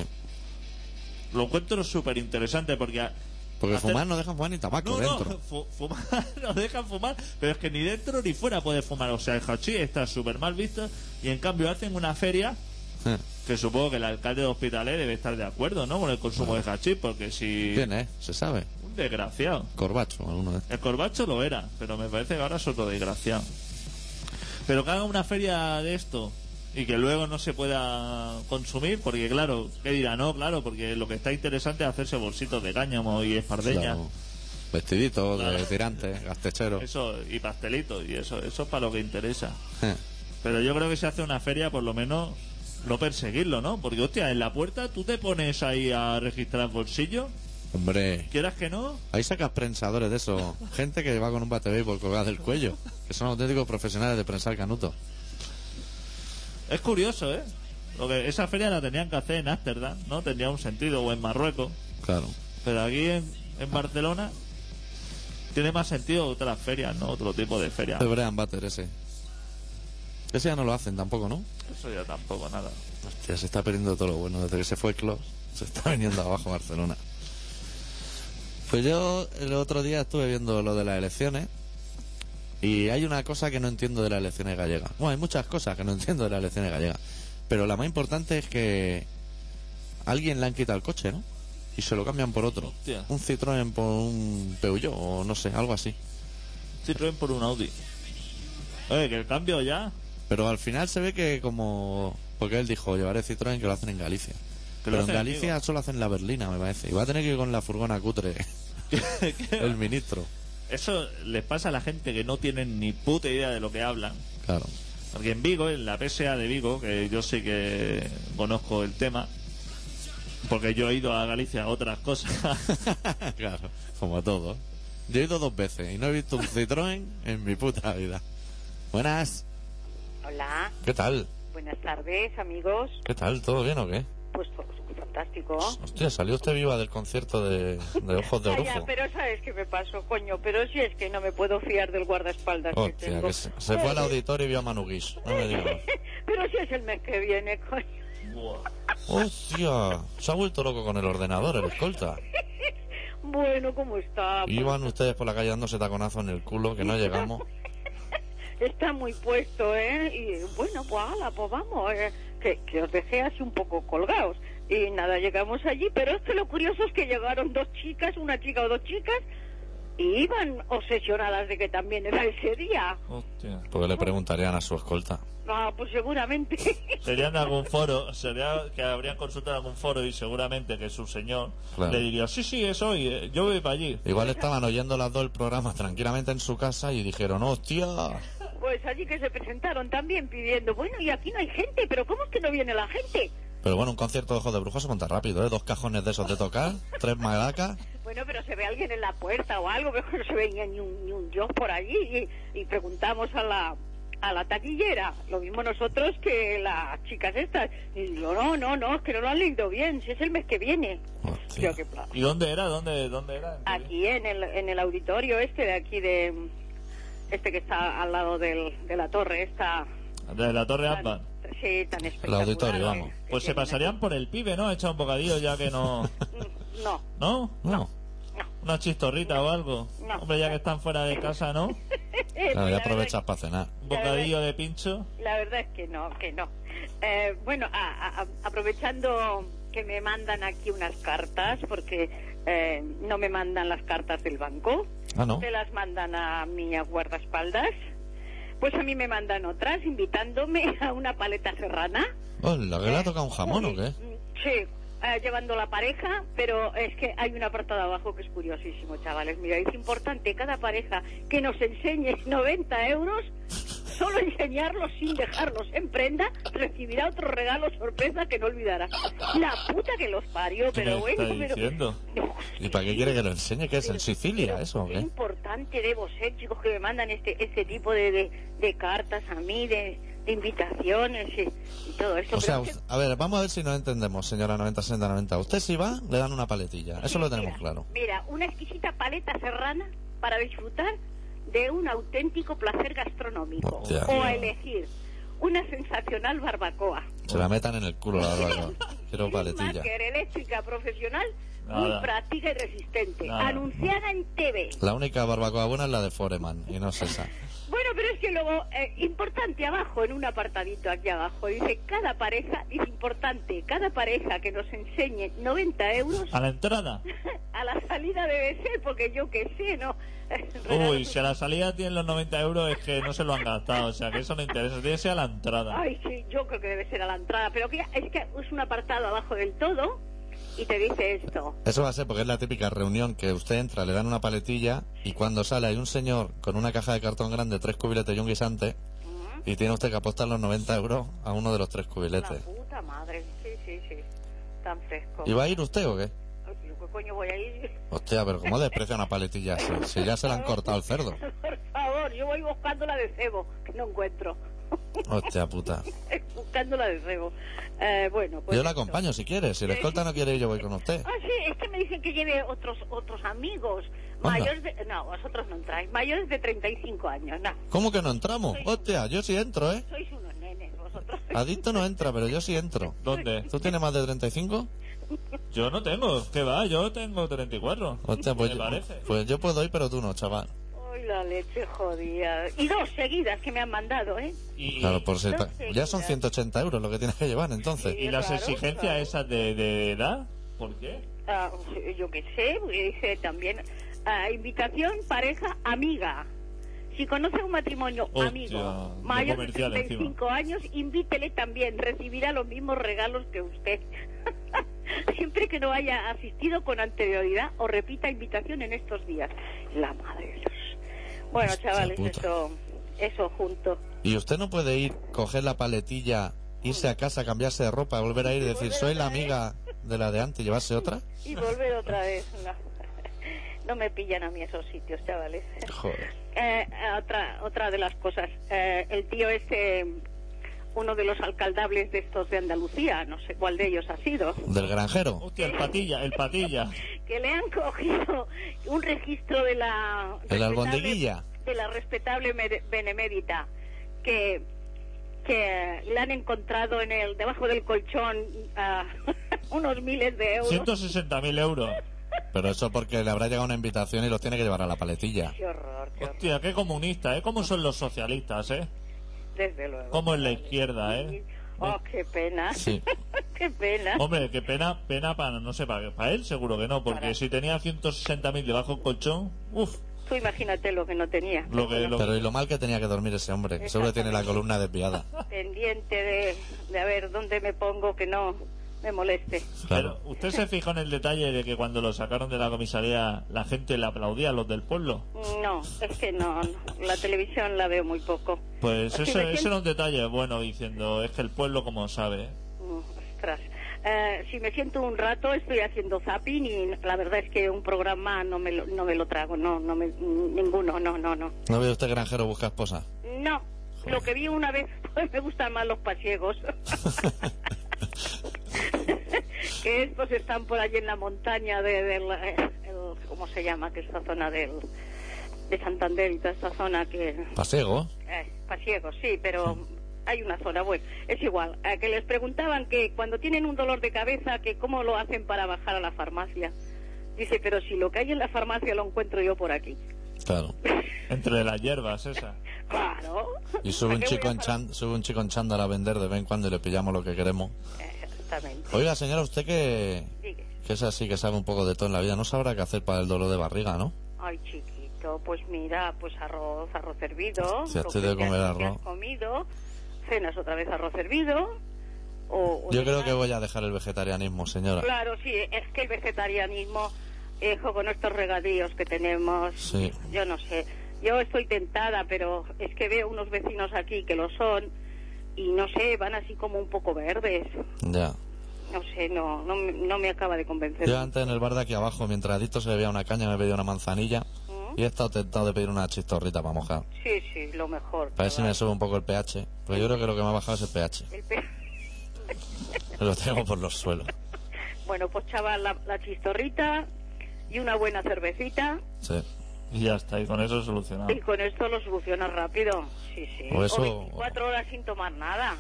S2: Lo encuentro súper interesante porque... a-
S1: Porque
S2: hacer-
S1: fumar no dejan fumar ni tabaco
S2: No, no,
S1: dentro.
S2: <laughs> fu- fumar, no dejan fumar, pero es que ni dentro ni fuera puedes fumar. O sea, el hachís está súper mal visto y en cambio hacen una feria
S1: Eh,
S2: que supongo que el alcalde de Hospitalet debe estar de acuerdo, ¿no? Con el consumo de hachís, porque si...
S1: ¿Quién es? ¿eh? Se sabe.
S2: Un desgraciado.
S1: Corbacho, alguno de estos.
S2: El corbacho lo era, pero me parece que ahora es otro desgraciado. Pero que haga una feria de esto y que luego no se pueda consumir, porque claro, ¿qué dirá? No, claro, porque lo que está interesante es hacerse bolsitos de cáñamo y espardeña.
S1: Claro. Vestiditos, de
S2: Claro.
S1: tirantes, gastecheros.
S2: Eso, y pastelitos, y eso, eso es para lo que interesa.
S1: Eh,
S2: Pero yo creo que si hace una feria, por lo menos no perseguirlo, ¿no? Porque, hostia, en la puerta tú te pones ahí a registrar bolsillo,
S1: Hombre,
S2: quieras que no,
S1: ahí sacas prensadores de eso. Gente que va con un bate de béisbol colgado del cuello. Que son auténticos profesionales de prensar canuto.
S2: es curioso, ¿eh? Lo que- esa feria la tenían que hacer en Ámsterdam, ¿no? Tendría un sentido, o en Marruecos.
S1: Claro.
S2: Pero aquí en, en Barcelona tiene más sentido otras ferias, ¿no? Otro tipo de ferias.
S1: El Brian Butter ese. Ese ya no lo hacen tampoco, ¿no?
S2: Eso ya tampoco, nada.
S1: Hostia, se está perdiendo todo lo bueno. Desde que se fue Klos, se está viniendo abajo <laughs> Barcelona. Pues yo el otro día estuve viendo lo de las elecciones y hay una cosa que no entiendo de las elecciones gallegas. Bueno, hay muchas cosas que no entiendo de las elecciones gallegas. Pero la más importante es que a alguien le han quitado el coche, ¿no? Y se lo cambian por otro.
S2: Hostia.
S1: Un Citroën por un Peugeot o no sé, algo así.
S2: Citroën por un Audi. Oye, que el cambio ya,
S1: Pero al final se ve que como... Porque él dijo, llevaré Citroën que lo hacen en Galicia.
S2: Que
S1: Pero
S2: lo
S1: en
S2: hacen,
S1: Galicia solo hacen la berlina, me parece. Y va a tener que ir con la furgona
S2: <laughs>
S1: cutre el ministro.
S2: Eso les pasa a la gente que no tienen ni puta idea de lo que hablan. <laughs>
S1: Claro.
S2: Porque en Vigo, en la PSA de Vigo, que yo sí que conozco el tema, porque yo he ido a Galicia a otras cosas.
S1: claro, como todo. Yo he ido dos veces y no he visto un Citroën en mi puta vida. Buenas.
S6: Hola,
S1: ¿Qué tal?
S6: buenas tardes, amigos.
S1: ¿Qué tal? ¿Todo bien o qué?
S6: Pues to- fantástico.
S1: Hostia, salió usted viva del concierto de, de Ojos de
S6: Ah, <laughs> ya,
S1: Orujo.
S6: pero sabes qué me pasó, coño. Pero si es que no me puedo fiar del guardaespaldas que
S1: Hostia,
S6: tengo.
S1: que se, se fue al auditorio y vio a Manu Guix. No me digas.
S6: <laughs> pero si es el mes que viene, coño.
S2: Buah.
S1: Hostia, se ha vuelto loco con el ordenador, el escolta.
S6: Bueno, ¿cómo está?
S1: Iban ustedes por la calle dándose taconazo en el culo, que no llegamos.
S6: Está muy puesto, ¿eh? Y bueno, pues ala, pues vamos, eh, que, que os dejé así un poco colgados. Y nada, llegamos allí, pero es que lo curioso es que llegaron dos chicas, una chica o dos chicas,
S7: Y iban obsesionadas de que también era ese día.
S2: Hostia.
S1: Porque le preguntarían a su escolta.
S7: Ah, pues seguramente.
S6: <laughs>
S2: Serían de algún foro, sería que habrían consultado algún foro y seguramente que su señor
S1: Claro.
S2: le diría, sí, sí, es hoy, eh, yo voy para allí.
S1: Igual estaban oyendo las dos el programa tranquilamente en su casa y dijeron, hostia,
S7: Pues allí que se presentaron también pidiendo, bueno, y aquí no hay gente, pero ¿cómo es que no viene la gente?
S1: Pero bueno, un concierto de Ojos de Brujo se monta rápido, ¿eh? Dos cajones de esos de tocar, tres maracas.
S7: Bueno, pero se ve alguien en la puerta o algo, <laughs> pero no se veía ni un, ni un yo por allí y, y preguntamos a la a la taquillera, lo mismo nosotros que las chicas estas. Y yo, no, no, no, es que no lo han leído bien, si es el mes que viene.
S1: Hostia.
S7: Yo, qué pla-
S2: ¿Y dónde era? ¿Dónde, dónde era?
S7: aquí en el, en el auditorio este de aquí de este que está al lado del- de la torre esta
S2: De la Torre
S7: tan-
S2: Alba.
S7: sí tan espectacular
S1: auditorio,
S7: eh,
S1: vamos.
S7: que
S2: Pues se
S7: tienen
S2: pasarían por el pibe, ¿no? Echa un bocadillo ya que no...
S7: aquí. <laughs> no
S2: ¿No?
S1: No,
S2: ¿Una chistorrita o algo?
S7: No.
S2: Hombre, ya que están fuera de casa,
S7: <laughs>
S2: ¿no?
S1: claro,
S7: Eh, La
S1: ya
S7: verdad
S1: aprovechas para cenar.
S2: Un
S7: La verdad-
S2: bocadillo de pincho.
S7: La verdad es que no, que no. Eh, bueno, a- a- a- aprovechando que me mandan aquí unas cartas, porque eh, no me mandan las cartas del banco,
S1: Ah, no.
S7: te las mandan a mi guardaespaldas, pues a mí me mandan otras invitándome <laughs> a una paleta serrana.
S1: Hola, Oh, ¿que le ha tocado un jamón o
S7: Sí,
S1: qué?
S7: Sí, eh, llevando la pareja, pero es que hay un apartado abajo que es curiosísimo, chavales. Mira, es importante cada pareja que nos enseñe <laughs> 90 euros, solo enseñarlos sin dejarlos en prenda, recibirá otro regalo sorpresa que no olvidará. La puta que los parió,
S2: ¿Qué
S7: pero
S2: me
S7: bueno,
S2: estás
S7: pero...
S2: diciendo?
S1: ¿Y para qué quiere que lo enseñe? ¿Qué es en Sicilia eso o
S7: Es
S1: qué?
S7: importante debo ser, chicos, que me mandan este este tipo de, de, de cartas a mí, de, de invitaciones y, y todo esto.
S1: O sea,
S7: Pero es que-
S1: us- a ver, vamos a ver si nos entendemos, señora 90, 60, 90. Usted si va, le dan una paletilla. Eso lo tenemos
S7: Mira,
S1: claro.
S7: Mira, una exquisita paleta serrana para disfrutar de un auténtico placer gastronómico.
S1: Hostia.
S7: O a elegir una sensacional barbacoa.
S1: Se la metan en el culo la
S7: <laughs>
S1: barbacoa. Quiero
S7: Un
S1: paletilla.
S7: maker eléctrica profesional muy
S2: Nada.
S7: práctica y resistente.
S2: Nada.
S7: Anunciada en TV.
S1: La única barbacoa buena es la de Foreman, y no es esa.
S7: Bueno, pero es que luego, eh, importante abajo, en un apartadito aquí abajo, dice cada pareja, dice importante, cada pareja que nos enseñe 90 euros
S2: ¿A la entrada?
S7: a la salida debe ser, porque yo qué sé, ¿no? <laughs>
S2: Uy, si a la salida tienen los 90 euros es que no se lo han gastado, o sea que eso no interesa, tiene que ser a la entrada.
S7: Ay, sí, yo creo que debe ser a la entrada, pero que es que es un apartado abajo del todo y te dice esto.
S1: Eso va a ser porque es la típica reunión que usted entra, le dan una paletilla y cuando sale hay un señor con una caja de cartón grande, tres cubiletes y un guisante y tiene usted que apostar los 90 euros a uno de los tres
S7: La
S1: cubiletes.
S7: puta madre, sí, sí, sí, tan fresco.
S1: ¿Y va a ir usted o qué?
S7: Ay, yo, ¿Qué coño voy a ir? <laughs>
S1: Hostia, pero ¿cómo desprecia una paletilla así? Si ya se la han cortado al cerdo.
S7: Por favor, yo voy buscando la de cebo, que no encuentro. <laughs>
S1: Hostia puta.
S7: buscando la de cebo. Eh, bueno, pues
S1: Yo la
S7: esto.
S1: acompaño si quiere. Si la escolta no quiere ir, yo voy con usted.
S7: Ah, sí, es que me dicen que lleve otros otros amigos.
S1: Anda.
S7: Mayores de... No, vosotros no entráis. Mayores de 35 años, no.
S1: ¿Cómo que no entramos? Hostia, yo sí entro, ¿eh?
S7: Sois unos nenes, vosotros. <laughs>
S1: Adicto no entra, pero yo sí entro.
S2: ¿Dónde?
S1: ¿Tú tienes más de 35?
S2: Yo no tengo, ¿qué va? Yo tengo 34.
S1: Hostia, pues,
S2: ¿Te parece?
S1: pues yo puedo ir, pero tú no, chaval.
S7: Ay, la leche jodida. Y dos seguidas que me han mandado, ¿eh?
S2: Y,
S1: Claro, por si
S7: No
S1: ta-
S7: sé,
S1: Ya son
S7: ya.
S1: 180 euros lo que tienes que llevar, entonces.
S7: Sí.
S2: y las
S7: Claro,
S2: exigencias
S7: claro.
S2: esas de, de edad, ¿por qué?
S7: Ah, yo qué sé, porque dice también ah, invitación, pareja, amiga. Si conoce un matrimonio
S2: Hostia,
S7: amigo
S2: lo
S7: mayor de
S2: comercial
S7: 35 años, invítele también, recibirá los mismos regalos que usted. <laughs> Siempre que no haya asistido con anterioridad o repita invitación en estos días. La madre de Dios. Bueno,
S1: Hostia
S7: chavales,
S1: puta.
S7: eso, eso junto.
S1: Y usted no puede ir, coger la paletilla, irse a casa, cambiarse de ropa, volver a ir y decir, soy la amiga de la de antes, y llevarse otra.
S7: Y volver otra vez. No, <laughs> no me pillan a mí esos sitios, chavales.
S1: Joder.
S7: Eh, otra, otra de las cosas. Eh, el tío este, uno de los alcaldables de estos de Andalucía, no sé cuál de ellos ha sido,
S1: Del granjero.
S2: Hostia, el patilla, el patilla.
S7: que le han <laughs> cogido un registro de la...
S1: El
S7: respetable-
S1: albondiguilla.
S7: De la respetable mere- benemérita, que que le han encontrado en el debajo del colchón ah, <laughs> unos miles de euros.
S2: 160.000 euros.
S1: Pero eso porque le habrá llegado una invitación y los tiene que llevar a la paletilla.
S7: Qué horror, qué horror,
S2: Hostia, qué comunista, ¿eh? ¿Cómo son los socialistas, eh?
S7: desde luego.
S2: ¿Cómo es la izquierda, eh? Oh.
S7: Oh, qué pena.
S1: Sí.
S7: <laughs> qué pena.
S2: Hombre, qué pena, pena para, no sé, para, para él seguro que no, porque
S7: Para-
S2: si tenía 160.000 debajo del colchón, uff,
S7: Tú imagínate lo que no tenía.
S2: Lo que, lo-
S1: Pero y lo mal que tenía que dormir ese hombre, que seguro tiene la columna desviada.
S7: Pendiente de, de a ver dónde me pongo que no me moleste.
S1: Claro.
S2: Pero, ¿Usted se fijó en el detalle de que cuando lo sacaron de la comisaría la gente le aplaudía a los del pueblo?
S7: No, es que no, no. la televisión la veo muy poco.
S2: Pues
S7: Sí,
S2: eso,
S7: me
S2: eso
S7: siento-
S2: era un detalle bueno diciendo, es que el pueblo como sabe.
S7: Mm, Ostras. Eh, si me siento un rato, estoy haciendo zapping y la verdad es que un programa no me lo, no me lo trago, no, no me, ninguno, no, no, no.
S1: ¿No ve usted granjero busca esposa?
S7: No, lo que vi una vez, <laughs> pues me gustan más
S1: <laughs>
S7: los pasiegos. que estos están por allí en la montaña de, del, eh, el- ¿cómo se llama? Que esta zona del, de Santander y toda esta zona que...
S1: Pasego.
S7: eh, pasiegos, sí, pero hay una zona, bueno, es igual. A que les preguntaban que cuando tienen un dolor de cabeza, que cómo lo hacen para bajar a la farmacia. Dice, pero si lo que hay en la farmacia lo encuentro yo por aquí.
S1: Claro.
S2: Entre las hierbas, esa.
S7: Claro.
S1: Y sube
S7: ¿A
S1: un
S7: qué voy
S1: chico
S7: a
S1: en
S7: far-
S1: chan, sube un chico en chándal a vender de vez en cuando y le pillamos lo que queremos.
S7: Exactamente.
S1: Oiga, señora, usted que,
S7: Sigue.
S1: que es así, que sabe un poco de todo en la vida, no sabrá qué hacer para el dolor de barriga, ¿no?
S7: Ay, chiquito, pues mira, pues arroz, arroz hervido.
S1: Si
S7: lo
S1: has
S7: que
S1: de
S7: te has-
S1: comer
S7: que has
S1: arroz.
S7: comido, cenas otra vez arroz hervido. O, o
S1: Yo creo
S7: cenas-
S1: que voy a dejar el vegetarianismo, señora.
S7: Claro, sí, es que el vegetarianismo, hijo, con estos regadíos que tenemos,
S1: Sí.
S7: yo no sé. Yo estoy tentada, pero es que veo unos vecinos aquí que lo son y no sé, van así como un poco verdes.
S1: Ya.
S7: No sé, no, no, me- no me acaba de convencer.
S1: Yo antes en el bar de aquí abajo, mientras adicto se bebía una caña, me pedía una manzanilla y he estado tentado de pedir una chistorrita para mojar.
S7: Mm, Sí, sí, lo mejor.
S1: Para ver si me sube un poco el pH. Porque yo creo que lo que me ha bajado es el pH. <laughs>
S7: El pe-
S1: Lo tengo por los suelos.
S7: Bueno, pues chaval, la, la chistorrita y una buena cervecita
S1: Sí.
S2: Y ya está, y con eso solucionado.
S7: y con esto lo solucionas rápido. Sí, sí.
S1: Ah. O eso-
S7: 24 horas sin tomar nada.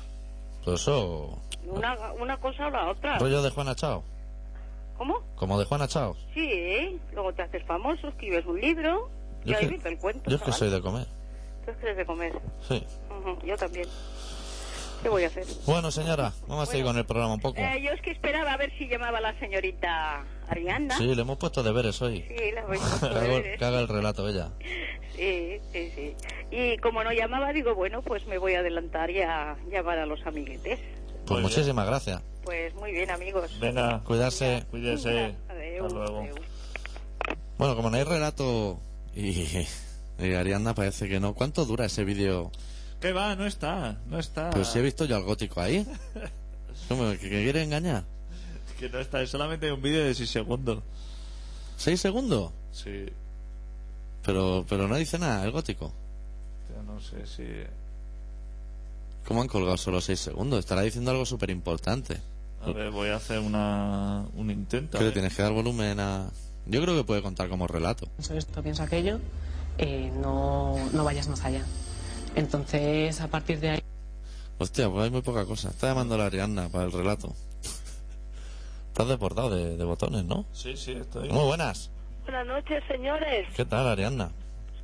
S1: Pues eso.
S7: Una, una cosa o la otra.
S1: Rollo de Juana Chao.
S7: ¿Cómo?
S1: Como de Juana Chao.
S7: Sí, ¿eh? luego te haces famoso, escribes un libro y
S1: Yo
S7: ahí
S1: que-
S7: vive el cuento.
S1: Yo es que soy
S7: chaval.
S1: de comer.
S7: Tú es que eres de comer.
S1: Sí.
S7: Ujú, yo también. ¿Qué voy a hacer?
S1: Bueno, señora, vamos a seguir con el programa un poco.
S7: Eh, yo es que esperaba a ver si llamaba la señorita Arianda.
S1: Sí, le hemos puesto deberes hoy.
S7: Sí, la voy
S1: Que
S7: a
S1: <laughs> haga
S7: ver,
S1: el- que haga el relato Pues ella.
S7: Sí, sí, sí. Y como no llamaba, digo, bueno, pues me voy a adelantar y a llamar a los amiguetes.
S1: Pues
S2: bien.
S1: muchísimas gracias.
S7: Pues muy bien, amigos.
S2: Venga,
S1: Cuidarse. eh.
S2: cuídese.
S7: Adeu,
S2: Hasta luego.
S7: adeu.
S1: Bueno, como no hay relato y, <laughs> y Arianda parece que no. ¿Cuánto dura ese vídeo?
S2: ¿Qué va? No está, no está.
S1: Pues si he visto yo al gótico ahí. ¿Cómo? ¿Que, que quiere engañar?
S2: Que no está, es solamente un vídeo de 6 segundos.
S1: ¿Seis segundos?
S2: Sí,
S1: Pero, pero no dice nada el gótico.
S2: yo no sé si...
S1: ¿Cómo han colgado solo seis segundos? Estará diciendo algo súper importante.
S2: A ver, voy a hacer una, un intento.
S1: Que le tienes que dar volumen a... Yo creo que puede contar como relato.
S8: pienso esto, pienso aquello, eh, no, no vayas más allá. Entonces, a partir de ahí...
S1: Hostia, pues hay muy poca cosa. Está llamando a la Arianna para el relato. Estás desbordado de, de botones, ¿no?
S2: Sí, sí, estoy.
S1: Muy buenas.
S9: Buenas noches, señores.
S1: ¿Qué tal, Arianna?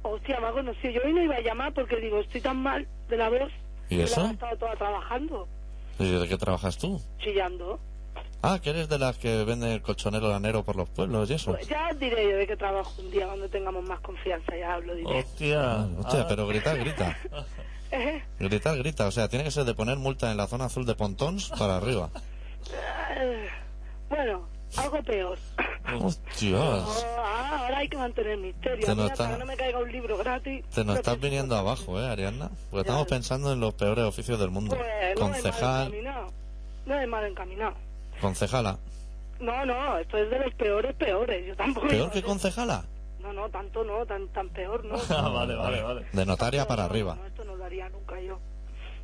S9: Hostia, me ha conocido. Yo hoy no iba a llamar porque digo, estoy tan mal de la voz.
S1: ¿Y
S9: que
S1: eso?
S9: La he estado toda trabajando,
S1: ¿Y ¿De qué trabajas tú?
S9: chillando.
S1: Ah, que eres de las que venden el colchonero lanero por los pueblos y eso.
S9: Pues ya os diré yo de qué trabajo un día cuando tengamos más confianza. Ya hablo diré.
S2: Hostia,
S1: Ah, hostia,
S2: Ah,
S1: pero gritar, grita. Gritar, grita. O sea, tiene que ser de poner multa en la zona azul de Pontons para arriba.
S9: Bueno, algo
S1: <laughs>
S9: peor.
S1: Hostias.
S9: Ah, ahora hay que mantener misterio.
S1: Te nos
S9: Mira,
S1: está-
S9: para que no me caiga un libro gratis.
S1: Te nos
S9: no
S1: estás
S9: pienso-
S1: viniendo abajo, ¿eh, Arianna? Porque estamos pensando en los peores oficios del mundo.
S9: Pues no es mal
S1: Concejal,
S9: encaminado. No es mal encaminado.
S1: concejala.
S9: No, no, esto es de los peores peores. Yo tampoco.
S1: ¿Peor que concejala?
S9: No, no, tanto no, tan, tan peor
S1: <laughs>
S9: no.
S2: Ah, <laughs> vale, vale, vale.
S1: De notaria para
S9: No,
S1: arriba.
S9: No, esto no lo haría nunca yo.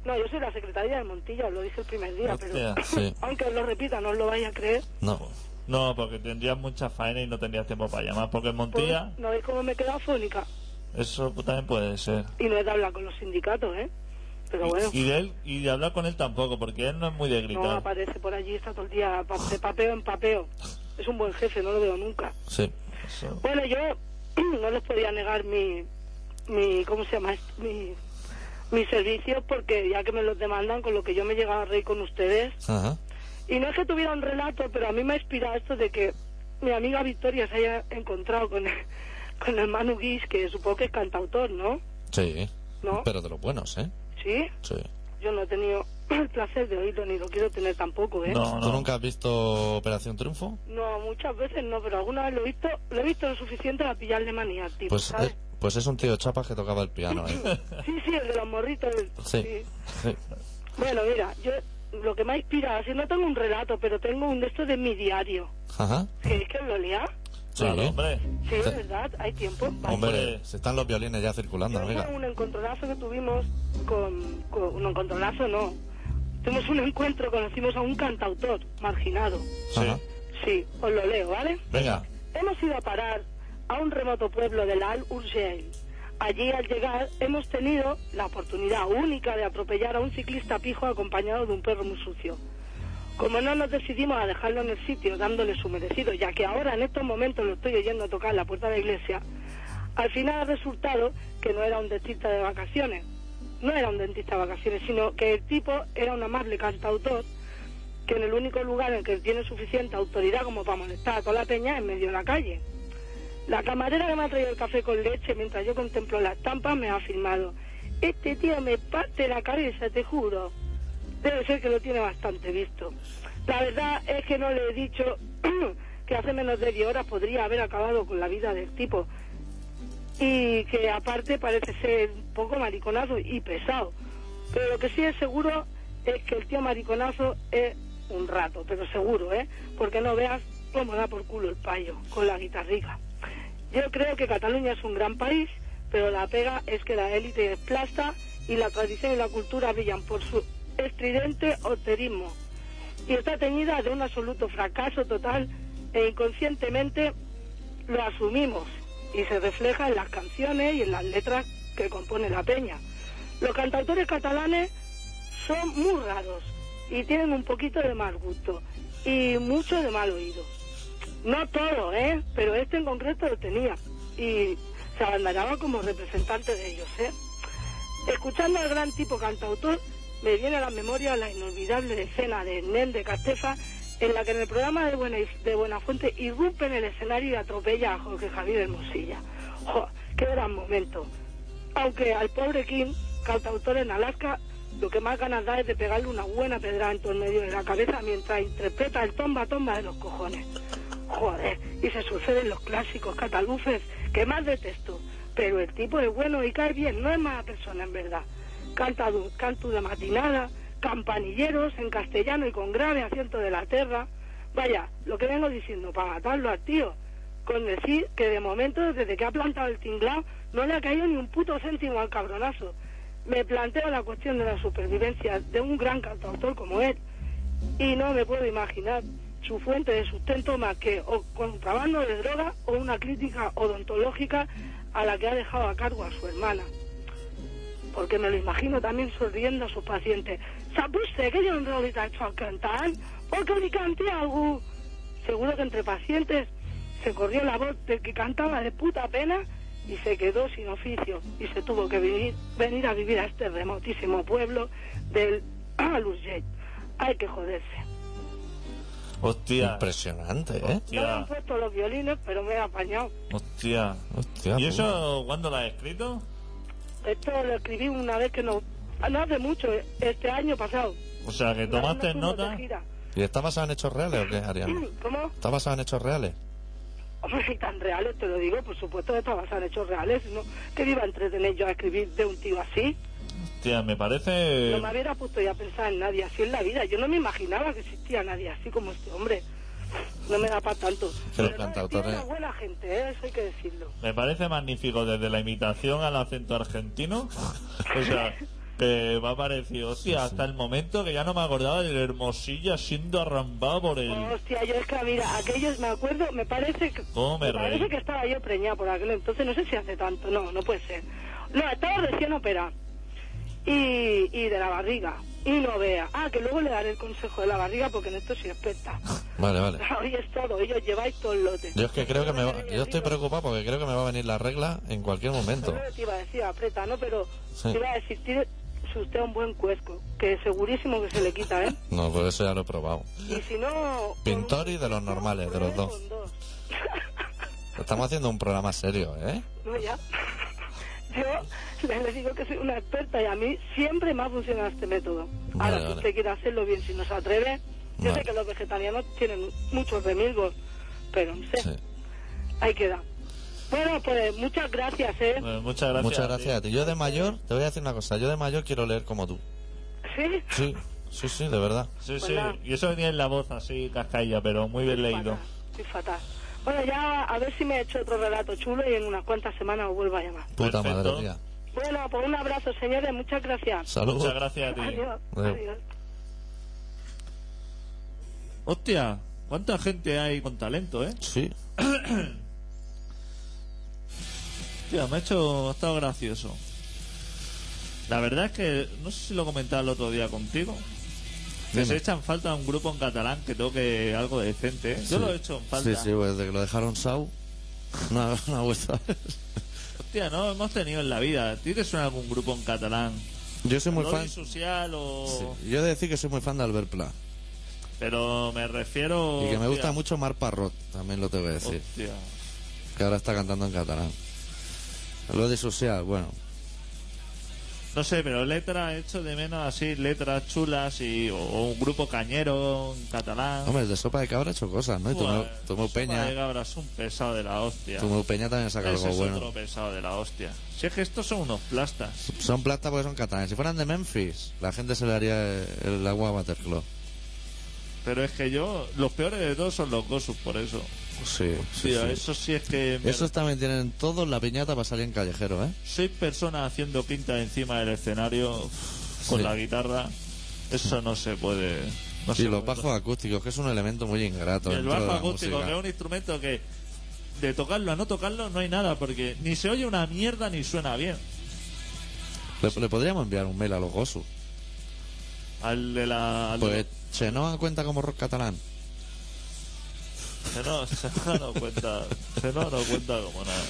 S9: No, yo soy la secretaria de Montilla, os lo dije el primer día,
S2: Hostia.
S9: pero <laughs>
S1: Sí.
S9: aunque os lo repita, no os lo vais a creer.
S1: No.
S2: No, porque tendrías mucha faena y no tendrías tiempo para llamar. Porque en
S9: pues,
S2: Montilla,
S9: no veis cómo me he quedado fónica.
S2: eso también puede ser.
S9: Y no he de hablar con los sindicatos, ¿eh? Pero bueno,
S2: Y de él, y de hablar con él tampoco, porque él no es muy de
S9: no
S2: gritar.
S9: aparece por allí, está todo el día pa- de papeo en papeo. Es un buen jefe, no lo veo nunca.
S1: Sí.
S2: Eso.
S9: Bueno,
S7: <clears throat>
S9: yo no les podía negar mi, mi ¿cómo se llama? esto? Mi, mis servicios, porque ya que me los demandan, con lo que yo me he llegado a reír con ustedes,
S1: Ajá.
S9: Y no es que tuviera un relato, pero a mí me ha inspirado esto de que mi amiga Victoria se haya encontrado con,
S7: con <laughs> el Manu Guis, que supongo que es cantautor, ¿no?
S1: Sí.
S7: No.
S1: Pero de los buenos, ¿eh?
S7: Sí,
S1: Sí.
S7: yo no he tenido <clears throat> el placer de oírlo ni lo quiero tener tampoco, ¿eh?
S2: No,
S1: ¿Tú
S2: no.
S1: nunca has visto Operación Triunfo?
S7: No, muchas veces no, pero alguna vez lo he visto, lo he visto lo suficiente para pillarle manía al tipo,
S1: Pues
S7: ¿sabes?
S1: es, pues es un tío chapas que tocaba el piano ahí.
S7: <laughs> Sí, sí, el de los morritos. el-
S1: Sí. sí.
S7: Bueno, mira, yo lo que me ha inspirado, si no tengo un relato, pero tengo un de esto de mi diario.
S1: Ajá.
S7: ¿Queréis que os lo lea?
S1: Sí.
S2: Claro, hombre.
S7: Sí, es verdad, hay tiempo. Vale.
S1: Hombre, se están los violines ya circulando,
S7: Yo
S1: amiga.
S7: fue un encontronazo que tuvimos con, con- Un encontronazo no. Tuvimos un encuentro, conocimos a un cantautor marginado.
S1: Ajá.
S7: Sí, os lo leo, ¿vale?
S1: Venga.
S7: Hemos ido a parar a un remoto pueblo del Al Urgell. Allí al llegar hemos tenido la oportunidad única de atropellar a un ciclista pijo acompañado de un perro muy sucio. Como no nos decidimos a dejarlo en el sitio dándole su merecido, ya que ahora en estos momentos lo estoy oyendo tocar la puerta de la iglesia, al final ha resultado que no era un dentista de vacaciones, no era un dentista de vacaciones, sino que el tipo era un amable cantautor que en el único lugar en el que tiene suficiente autoridad como para molestar a toda la peña es en medio de la calle. La camarera que me ha traído el café con leche mientras yo contemplo la estampa me ha afirmado, este tío me parte la cabeza, te juro. Debe ser que lo tiene bastante visto. La verdad es que no le he dicho <clears throat> que hace menos de 10 horas podría haber acabado con la vida del tipo y que aparte parece ser un poco mariconazo y pesado. Pero lo que sí es seguro es que el tío mariconazo es un rato, pero seguro, ¿eh? Porque no veas cómo da por culo el payo con la guitarrica. Yo creo que Cataluña es un gran país, pero la pega es que la élite es plasta y la tradición y la cultura brillan por su estridente austerismo y está teñida de un absoluto fracaso total e inconscientemente lo asumimos y se refleja en las canciones y en las letras que compone la peña. Los cantautores catalanes son muy raros y tienen un poquito de mal gusto y mucho de mal oído. No todo, ¿eh? Pero este en concreto lo tenía y se abandonaba como representante de ellos, ¿eh? Escuchando al gran tipo cantautor, me viene a la memoria la inolvidable escena de Nen de Castefa, en la que en el programa de, Buena, de Buenafuente irrumpe en el escenario y atropella a Jorge Javier Hermosilla. ¡Jo! ¡Qué gran momento! Aunque al pobre King, cantautor en Alaska, lo que más ganas da es de pegarle una buena pedrada en todo el medio de la cabeza mientras interpreta el tomba-tomba de los cojones. Joder, y se suceden los clásicos catalufes que más detesto. Pero el tipo es bueno y cae bien, no es mala persona en verdad. Canta du- canto de matinada, campanilleros en castellano y con grave acento de la tierra. Vaya, lo que vengo diciendo, para matarlo al tío. Con decir que de momento, desde que ha plantado el tinglao, no le ha caído ni un puto céntimo al cabronazo. Me planteo la cuestión de la supervivencia de un gran cantautor como él y no me puedo imaginar su fuente de sustento más que o contrabando de droga o una crítica odontológica a la que ha dejado a cargo a su hermana. Porque me lo imagino también sorriendo a sus pacientes. ¿Sabe usted que yo en realidad he hecho al cantar? ¿O que ni canté algo? Seguro que entre pacientes se corrió la voz del que cantaba de puta pena y se quedó sin oficio y se tuvo que venir, venir a vivir a este remotísimo pueblo del <clears throat> Alusjet. Hay que joderse.
S2: Hostia.
S1: Impresionante, ¿eh?
S7: No me han
S2: Hostia.
S7: puesto los violines, pero me he apañado.
S2: Hostia.
S1: Hostia,
S2: Oh. ¿Y
S1: tú.
S2: eso cuándo lo has escrito?
S7: Esto lo escribí una vez que no... No hace mucho, este año pasado.
S2: O sea, que tomaste
S7: Una vez nos fuimos de
S2: nota.
S7: gira. <clears throat>
S1: ¿Y está basado en hechos reales o qué, Ariana?
S7: ¿Cómo?
S1: ¿Está basado en hechos reales?
S7: Hombre, si tan reales, te lo digo, por supuesto que está basado en hechos reales, ¿no? Que me iba a entretener yo a escribir de un tío así.
S2: Hostia, me parece.
S7: No me hubiera puesto ya a pensar en nadie así en la vida. Yo no me imaginaba que existía nadie así como este hombre. No me da para tanto.
S1: Pero
S7: no,
S1: cantautores-
S7: es una buena gente, ¿eh? eso hay que decirlo.
S2: Me parece magnífico desde la imitación al acento argentino. O sea, que me ha parecido, hostia, hasta el momento que ya no me acordaba del Hermosilla siendo arrambado por el...
S7: Hostia, yo es que, mira, aquellos, me acuerdo, me parece que...
S2: ¿Cómo me reí?
S7: parece que estaba yo preñada por aquel entonces, no sé si hace tanto, no, no puede ser. No, estaba recién operada. Y, y de la barriga. Y no vea. Ah, que luego le daré el consejo de la barriga porque en esto soy experta.
S1: Vale, vale.
S7: Hoy es todo, ellos lleváis todo el lote.
S1: Yo es que creo que me va... Yo estoy preocupado porque creo que me va a venir la regla en cualquier
S7: <laughs>
S1: momento.
S7: Yo te iba a decir, aprieta, ¿no? Pero
S1: Sí.
S7: te iba a decir, tire si usted un buen cuesco, que segurísimo que se le quita, ¿eh?
S1: No, por eso ya lo he probado.
S7: Y si no... con-
S1: Pintori de los normales, de los dos.
S7: con dos. <laughs>
S1: Estamos haciendo un programa serio, ¿eh?
S7: No, ya. Yo les digo que soy una experta y a mí siempre me ha funcionado este método.
S1: Vale,
S7: Ahora, si
S1: vale.
S7: usted quiere hacerlo bien, si no se atreve, yo
S1: Vale.
S7: sé que los vegetarianos tienen muchos remilgos, pero no sé,
S1: Sí.
S7: ahí queda. Bueno, pues muchas gracias, ¿eh?
S2: Bueno, muchas gracias.
S1: Muchas
S2: a ti.
S1: gracias a ti. Yo de mayor, te voy a decir una cosa, yo de mayor quiero leer como tú.
S7: Sí,
S1: Sí, sí, sí, de verdad.
S2: Sí,
S7: Pues
S2: sí.
S7: nada.
S2: Y eso venía en la voz así, cascalla, pero muy bien leído.
S7: fatal, estoy fatal. Bueno, ya a ver si me he hecho otro relato chulo y en unas cuantas semanas os vuelvo a llamar.
S1: Puta
S2: Perfecto.
S1: madre tía.
S7: Bueno, pues un abrazo, señores, muchas gracias.
S1: Saludos.
S2: Muchas gracias a ti.
S7: Adiós.
S1: Adiós.
S7: Adiós.
S2: Hostia, cuánta gente hay con talento, ¿eh?
S1: Sí,
S2: Hostia, me ha hecho... Ha estado gracioso. La verdad es que... No sé si lo comentaba el otro día contigo. Que
S1: Dime.
S2: se echan falta un grupo en catalán que toque algo decente, ¿eh? Yo
S1: Sí.
S2: lo he hecho en falta.
S1: Sí, sí, pues desde que lo dejaron Sau, <laughs> no, no ha vuelto a ver.
S2: Hostia, no hemos tenido en la vida. ¿A ti te suena algún grupo en catalán?
S1: Yo soy muy
S2: Lobby
S1: fan.
S2: social o...
S1: sí, Yo he de decir que soy muy fan de Albert Pla.
S2: Pero me refiero...
S1: Y que me gusta
S2: hostia,
S1: mucho Mar Parrot, también lo te voy a decir.
S2: Hostia.
S1: Que ahora está cantando en catalán. Lo de social, bueno.
S2: No sé, pero letra, hecho de menos así, letras chulas y, o, o un grupo cañero en catalán.
S1: Hombre, de sopa de cabra he hecho cosas, ¿no? Y Tomeu,
S2: Buah,
S1: Tomeu
S2: Sopa de
S1: Peña.
S2: Cabra es un pesado de la hostia.
S1: Tomeu Peña también saca
S2: Ese
S1: algo
S2: es
S1: bueno.
S2: otro pesado de la hostia. Si es que estos son unos plastas.
S1: Son plata porque son catalanes. Si fueran de Memphis, la gente se le haría el agua a Waterclaw.
S2: Pero es que yo, los peores de todos son los Gosus, por eso.
S1: Sí, sí,
S2: Tío,
S1: sí.
S2: eso sí es que... me-
S1: Esos también tienen todos la piñata para salir en callejero, ¿eh?
S2: Seis personas haciendo quinta encima del escenario con
S1: Sí.
S2: la guitarra. Eso no se puede... No
S1: Y
S2: se
S1: los
S2: puede.
S1: bajos acústicos, que es un elemento muy ingrato.
S2: El
S1: dentro de
S2: bajo
S1: la
S2: acústico,
S1: música.
S2: que es un instrumento que de tocarlo a no tocarlo no hay nada, porque ni se oye una mierda ni suena bien.
S1: Le, le podríamos enviar un mail a los Gosu.
S2: Al de la. al de-
S1: Pues Chenoa cuenta como rock catalán.
S2: Se no, <laughs> se no, no cuenta. Se no, no cuenta como nada.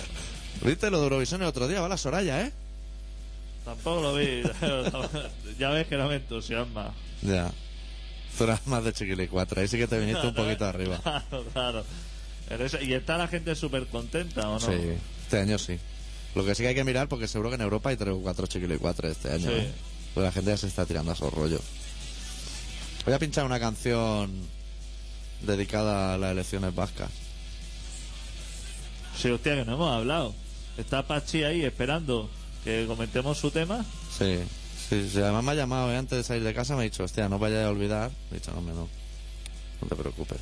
S1: ¿Viste lo de Eurovisión el otro día? Va la Soraya, ¿eh?
S2: Tampoco lo vi. <laughs> ya ves que no me entusiasma.
S1: Ya. Tú eras más de Chiquili 4, ahí sí que te viniste un
S2: No, no,
S1: poquito
S2: <laughs>
S1: arriba.
S2: Claro, claro. En ese- Y está la gente súper contenta, ¿o no?
S1: Sí, este año sí. Lo que sí que hay que mirar, porque seguro que en Europa hay 3 o 4 Chiquili 4 este año.
S2: Sí.
S1: ¿eh? Pues la gente ya se está tirando a esos rollos. Voy a pinchar una canción dedicada a las elecciones vascas.
S2: Sí, hostia, que no hemos hablado. Está Pachi ahí esperando que comentemos su tema.
S1: Sí, sí, sí. Además me ha llamado eh, antes de salir de casa, me ha dicho, hostia, no vaya a olvidar. He dicho, no, hombre, no. No te preocupes.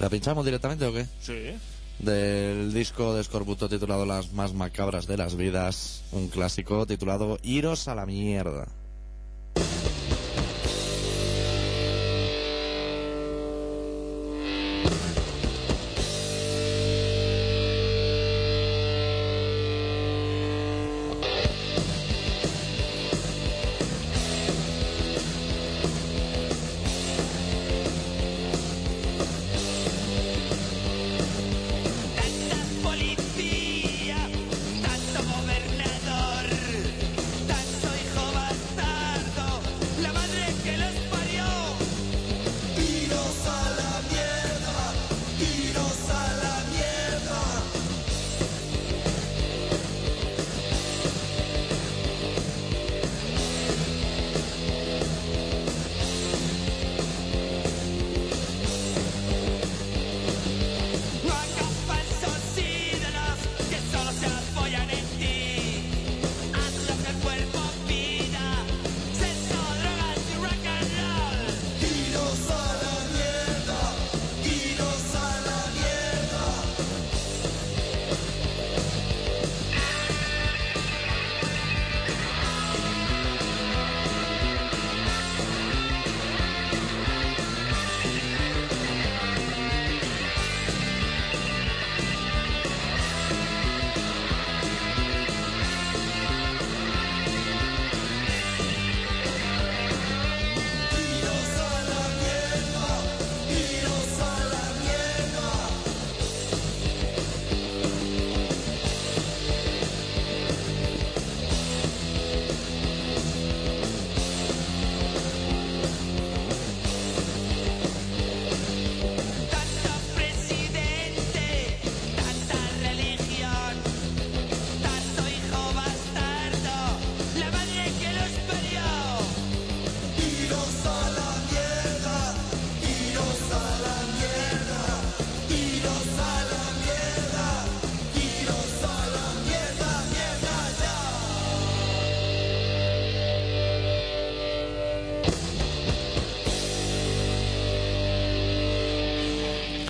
S1: ¿La pinchamos directamente o qué?
S2: Sí.
S1: Del disco de Scorbuto titulado Las más macabras de las vidas. Un clásico titulado Iros a la mierda.
S4: Tanta policía, tanto gobernador, tanto hijo bastardo.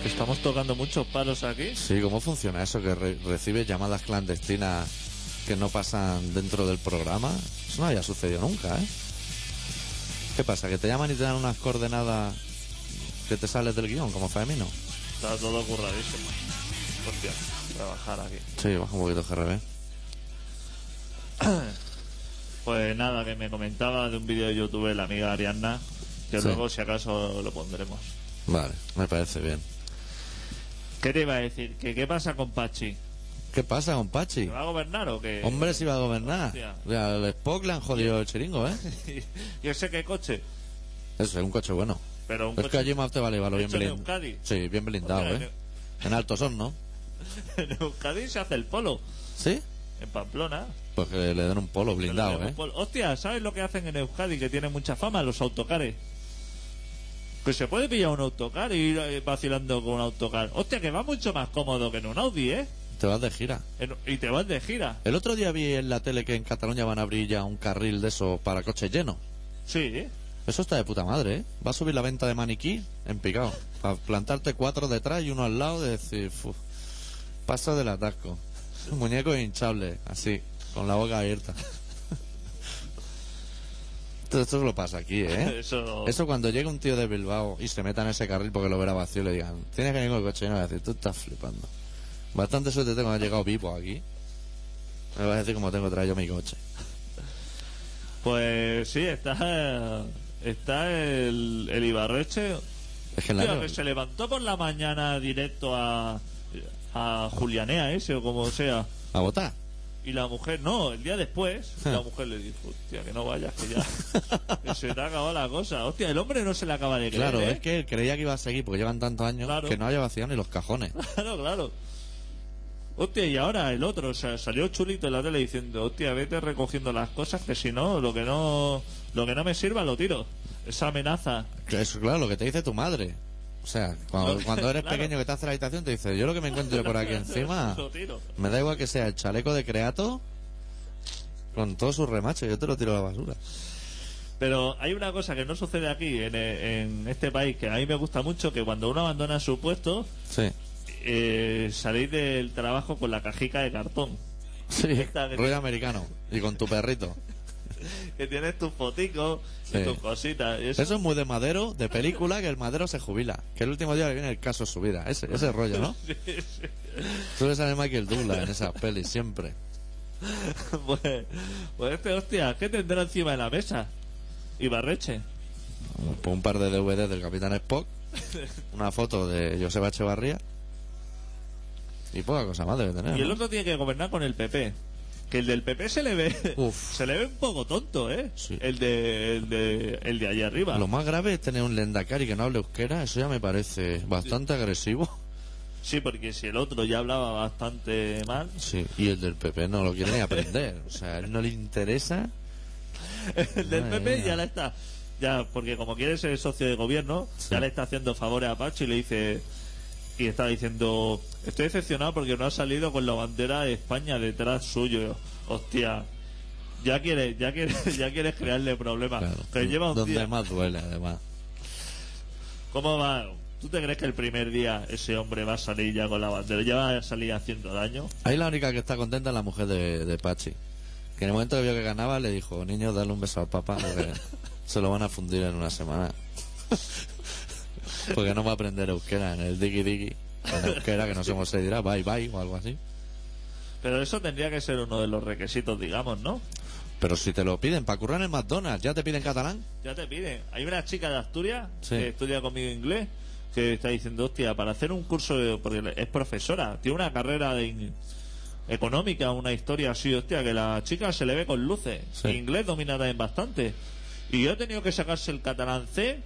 S2: Estamos tocando muchos palos aquí.
S1: Sí, ¿cómo funciona eso? Que re- recibes llamadas clandestinas que no pasan dentro del programa. Eso no había sucedido nunca, ¿eh? ¿Qué pasa? ¿Que te llaman y te dan unas coordenadas que te sales del guión, como Femino?
S2: Está todo curradísimo. Hostia, voy a bajar aquí.
S1: Sí, baja un poquito GRB.
S2: Pues nada, que me comentaba de un vídeo de YouTube la amiga Arianna, que
S1: Sí.
S2: luego si acaso lo pondremos.
S1: Vale, me parece bien.
S2: ¿Qué te iba a decir? ¿Que ¿Qué pasa con Pachi?
S1: ¿Qué pasa con Pachi?
S2: ¿Que va a gobernar o qué?
S1: Hombre, si va a gobernar.
S2: Eh, Hostia.
S1: Ya, el Spock le han jodido el chiringo, ¿eh?
S2: <laughs> Yo sé que coche,
S1: <laughs> Eso es un coche bueno.
S2: pero un
S1: es que
S2: coche
S1: allí más te vale llevarlo bien
S2: Hecho en
S1: blindado.
S2: Euskadi.
S1: Sí, bien blindado,
S2: Hostia,
S1: ¿eh? En alto son, ¿no?
S2: <laughs> en Euskadi se hace el polo.
S1: ¿Sí?
S2: En Pamplona.
S1: Pues que le den un polo blindado,
S2: Pero
S1: ¿eh?
S2: un polo- Hostia, ¿sabes lo que hacen en Euskadi que tiene mucha fama? Los autocares. Que se puede pillar un autocar y ir eh, vacilando con un autocar. Hostia, que va mucho más cómodo que en un Audi, ¿eh?
S1: Te vas de gira.
S2: En- y te vas de gira.
S1: El otro día vi en la tele que en Cataluña van a abrir ya un carril de esos para coches llenos.
S2: Sí, ¿eh?
S1: Eso está de puta madre, ¿eh? Va a subir la venta de maniquí en picado. Para plantarte cuatro detrás y uno al lado de decir, "Fu, paso del atasco. <laughs> Muñeco hinchable, así, con la boca abierta. <laughs> Todo esto lo pasa aquí, ¿eh?
S2: Eso-
S1: Eso cuando llega un tío de Bilbao y se meta en ese carril porque lo verá vacío y le digan, tienes que venir con el coche y no va a decir, tú estás flipando. Bastante suerte tengo de haber llegado vivo aquí. Me vas a decir cómo tengo que traer yo mi coche.
S2: Pues sí, está. Está el, el Ibarreche.
S1: Es que en la
S2: Tío, que se levantó por la mañana directo a. a Julianea ese o como sea.
S1: a votar.
S2: Y la mujer, no, el día después, la mujer le dijo, hostia, que no vayas, que ya que se te ha acabado la cosa. Hostia, el hombre no se le acaba de creer,
S1: Claro,
S2: ¿eh?
S1: es que él creía que iba a seguir porque llevan tantos años
S2: Claro.
S1: que no haya vaciado ni los cajones.
S2: <laughs> Claro, claro. Hostia, y ahora el otro, o sea, salió chulito en la tele diciendo, hostia, vete recogiendo las cosas que si no, lo que no, lo que no me sirva lo tiro. Esa amenaza.
S1: Que Eso, claro, lo que te dice tu madre. O sea, cuando,
S2: Lo que-
S1: cuando eres
S2: claro.
S1: pequeño que te hace la habitación, te dice: Yo lo que me encuentro por aquí encima,
S2: <laughs> Lo tiro.
S1: me da igual que sea el chaleco de creato con todos sus remachos, yo te lo tiro a la basura.
S2: Pero hay una cosa que no sucede aquí, en, en este país, que a mí me gusta mucho, que cuando uno abandona su puesto,
S1: Sí,
S2: eh, salís del trabajo con la cajica de cartón. <laughs>
S1: sí,
S2: Esta que-
S1: ruido americano y con tu perrito.
S2: que tienes tus foticos
S1: Sí.
S2: y tus cositas. Y eso,
S1: Eso es muy de madero, de película, que el madero se jubila. Que el último día que viene el caso es su vida. Ese, ese rollo,
S2: <laughs>
S1: ¿no? Suele salir Michael Douglas en esas pelis siempre.
S2: <laughs> pues, pues este, hostia, ¿qué tendrá encima de la mesa? Y barreche.
S1: Pues un par de DVD del Capitán
S2: <laughs>
S1: Spock, una foto de Joseba Echevarría y poca cosa más debe tener.
S2: Y el
S1: ¿no?
S2: otro tiene que gobernar con el PP. Que el del PP se le ve
S1: Uf.
S2: <laughs> se le ve un poco tonto, ¿eh?
S1: Sí.
S2: El, de, el de el de allá arriba.
S1: Lo más grave es tener un lendacari que no hable euskera, eso ya me parece bastante agresivo.
S2: Sí, porque si el otro ya hablaba bastante mal,
S1: Sí, y el del PP no lo quiere ni aprender, o sea, a él no le interesa.
S2: el del
S1: Madre
S2: PP
S1: mía.
S2: ya le está ya porque como quiere ser socio de gobierno, ya le está haciendo favores a Pacho y le dice y está diciendo, estoy decepcionado porque no ha salido con la bandera de España detrás suyo. Hostia. Ya quieres, ya quieres, <laughs> ya quieres crearle problemas.
S1: Claro,
S2: que lleva un
S1: donde
S2: día.
S1: más duele, además.
S2: ¿Cómo va? ¿Tú te crees que el primer día ese hombre va a salir ya con la bandera? ¿Ya va a salir haciendo daño?
S1: Ahí la única que está contenta es la mujer de, de Pachi, que en el momento que vio que ganaba le dijo, niño, dale un beso al papá, porque <laughs> se lo van a fundir en una semana. <laughs> Porque no va a aprender euskera en el digi digi, en euskera, que no sé cómo se dirá, bye bye o algo así.
S2: Pero eso tendría que ser uno de los requisitos, digamos, ¿no?
S1: Pero si te lo piden para currar en McDonald's, ¿ya te piden catalán?
S2: Ya te piden. Hay una chica de Asturias
S1: Sí.
S2: que estudia conmigo inglés que está diciendo, hostia, para hacer un curso, de- porque es profesora, tiene una carrera de in- económica, una historia así, hostia, que la chica se le ve con luces.
S1: Sí.
S2: Inglés domina también bastante. Y yo he tenido que sacarse el catalán C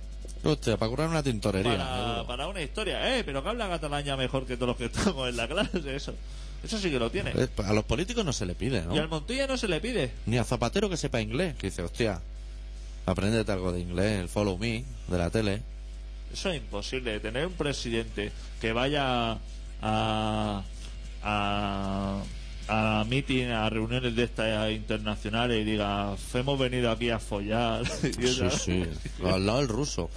S1: Hostia, para currar en una tintorería.
S2: para,
S1: seguro.
S2: para una historia, eh, pero que habla catalán ya mejor que todos los que <laughs> estamos en la clase, eso. Eso sí que lo tiene.
S1: Eh, A los políticos no se le pide,
S2: Y al
S1: ¿no?
S2: Montilla no se le pide.
S1: Ni a Zapatero que sepa inglés, que dice, hostia, aprendete algo de inglés, el follow me de la tele.
S2: Eso es imposible. Tener un presidente que vaya a a, a meeting, a reuniones de estas internacionales y diga, hemos venido aquí a follar. <laughs> Y
S1: Sí,
S2: esa-
S1: sí. Al lado del ruso.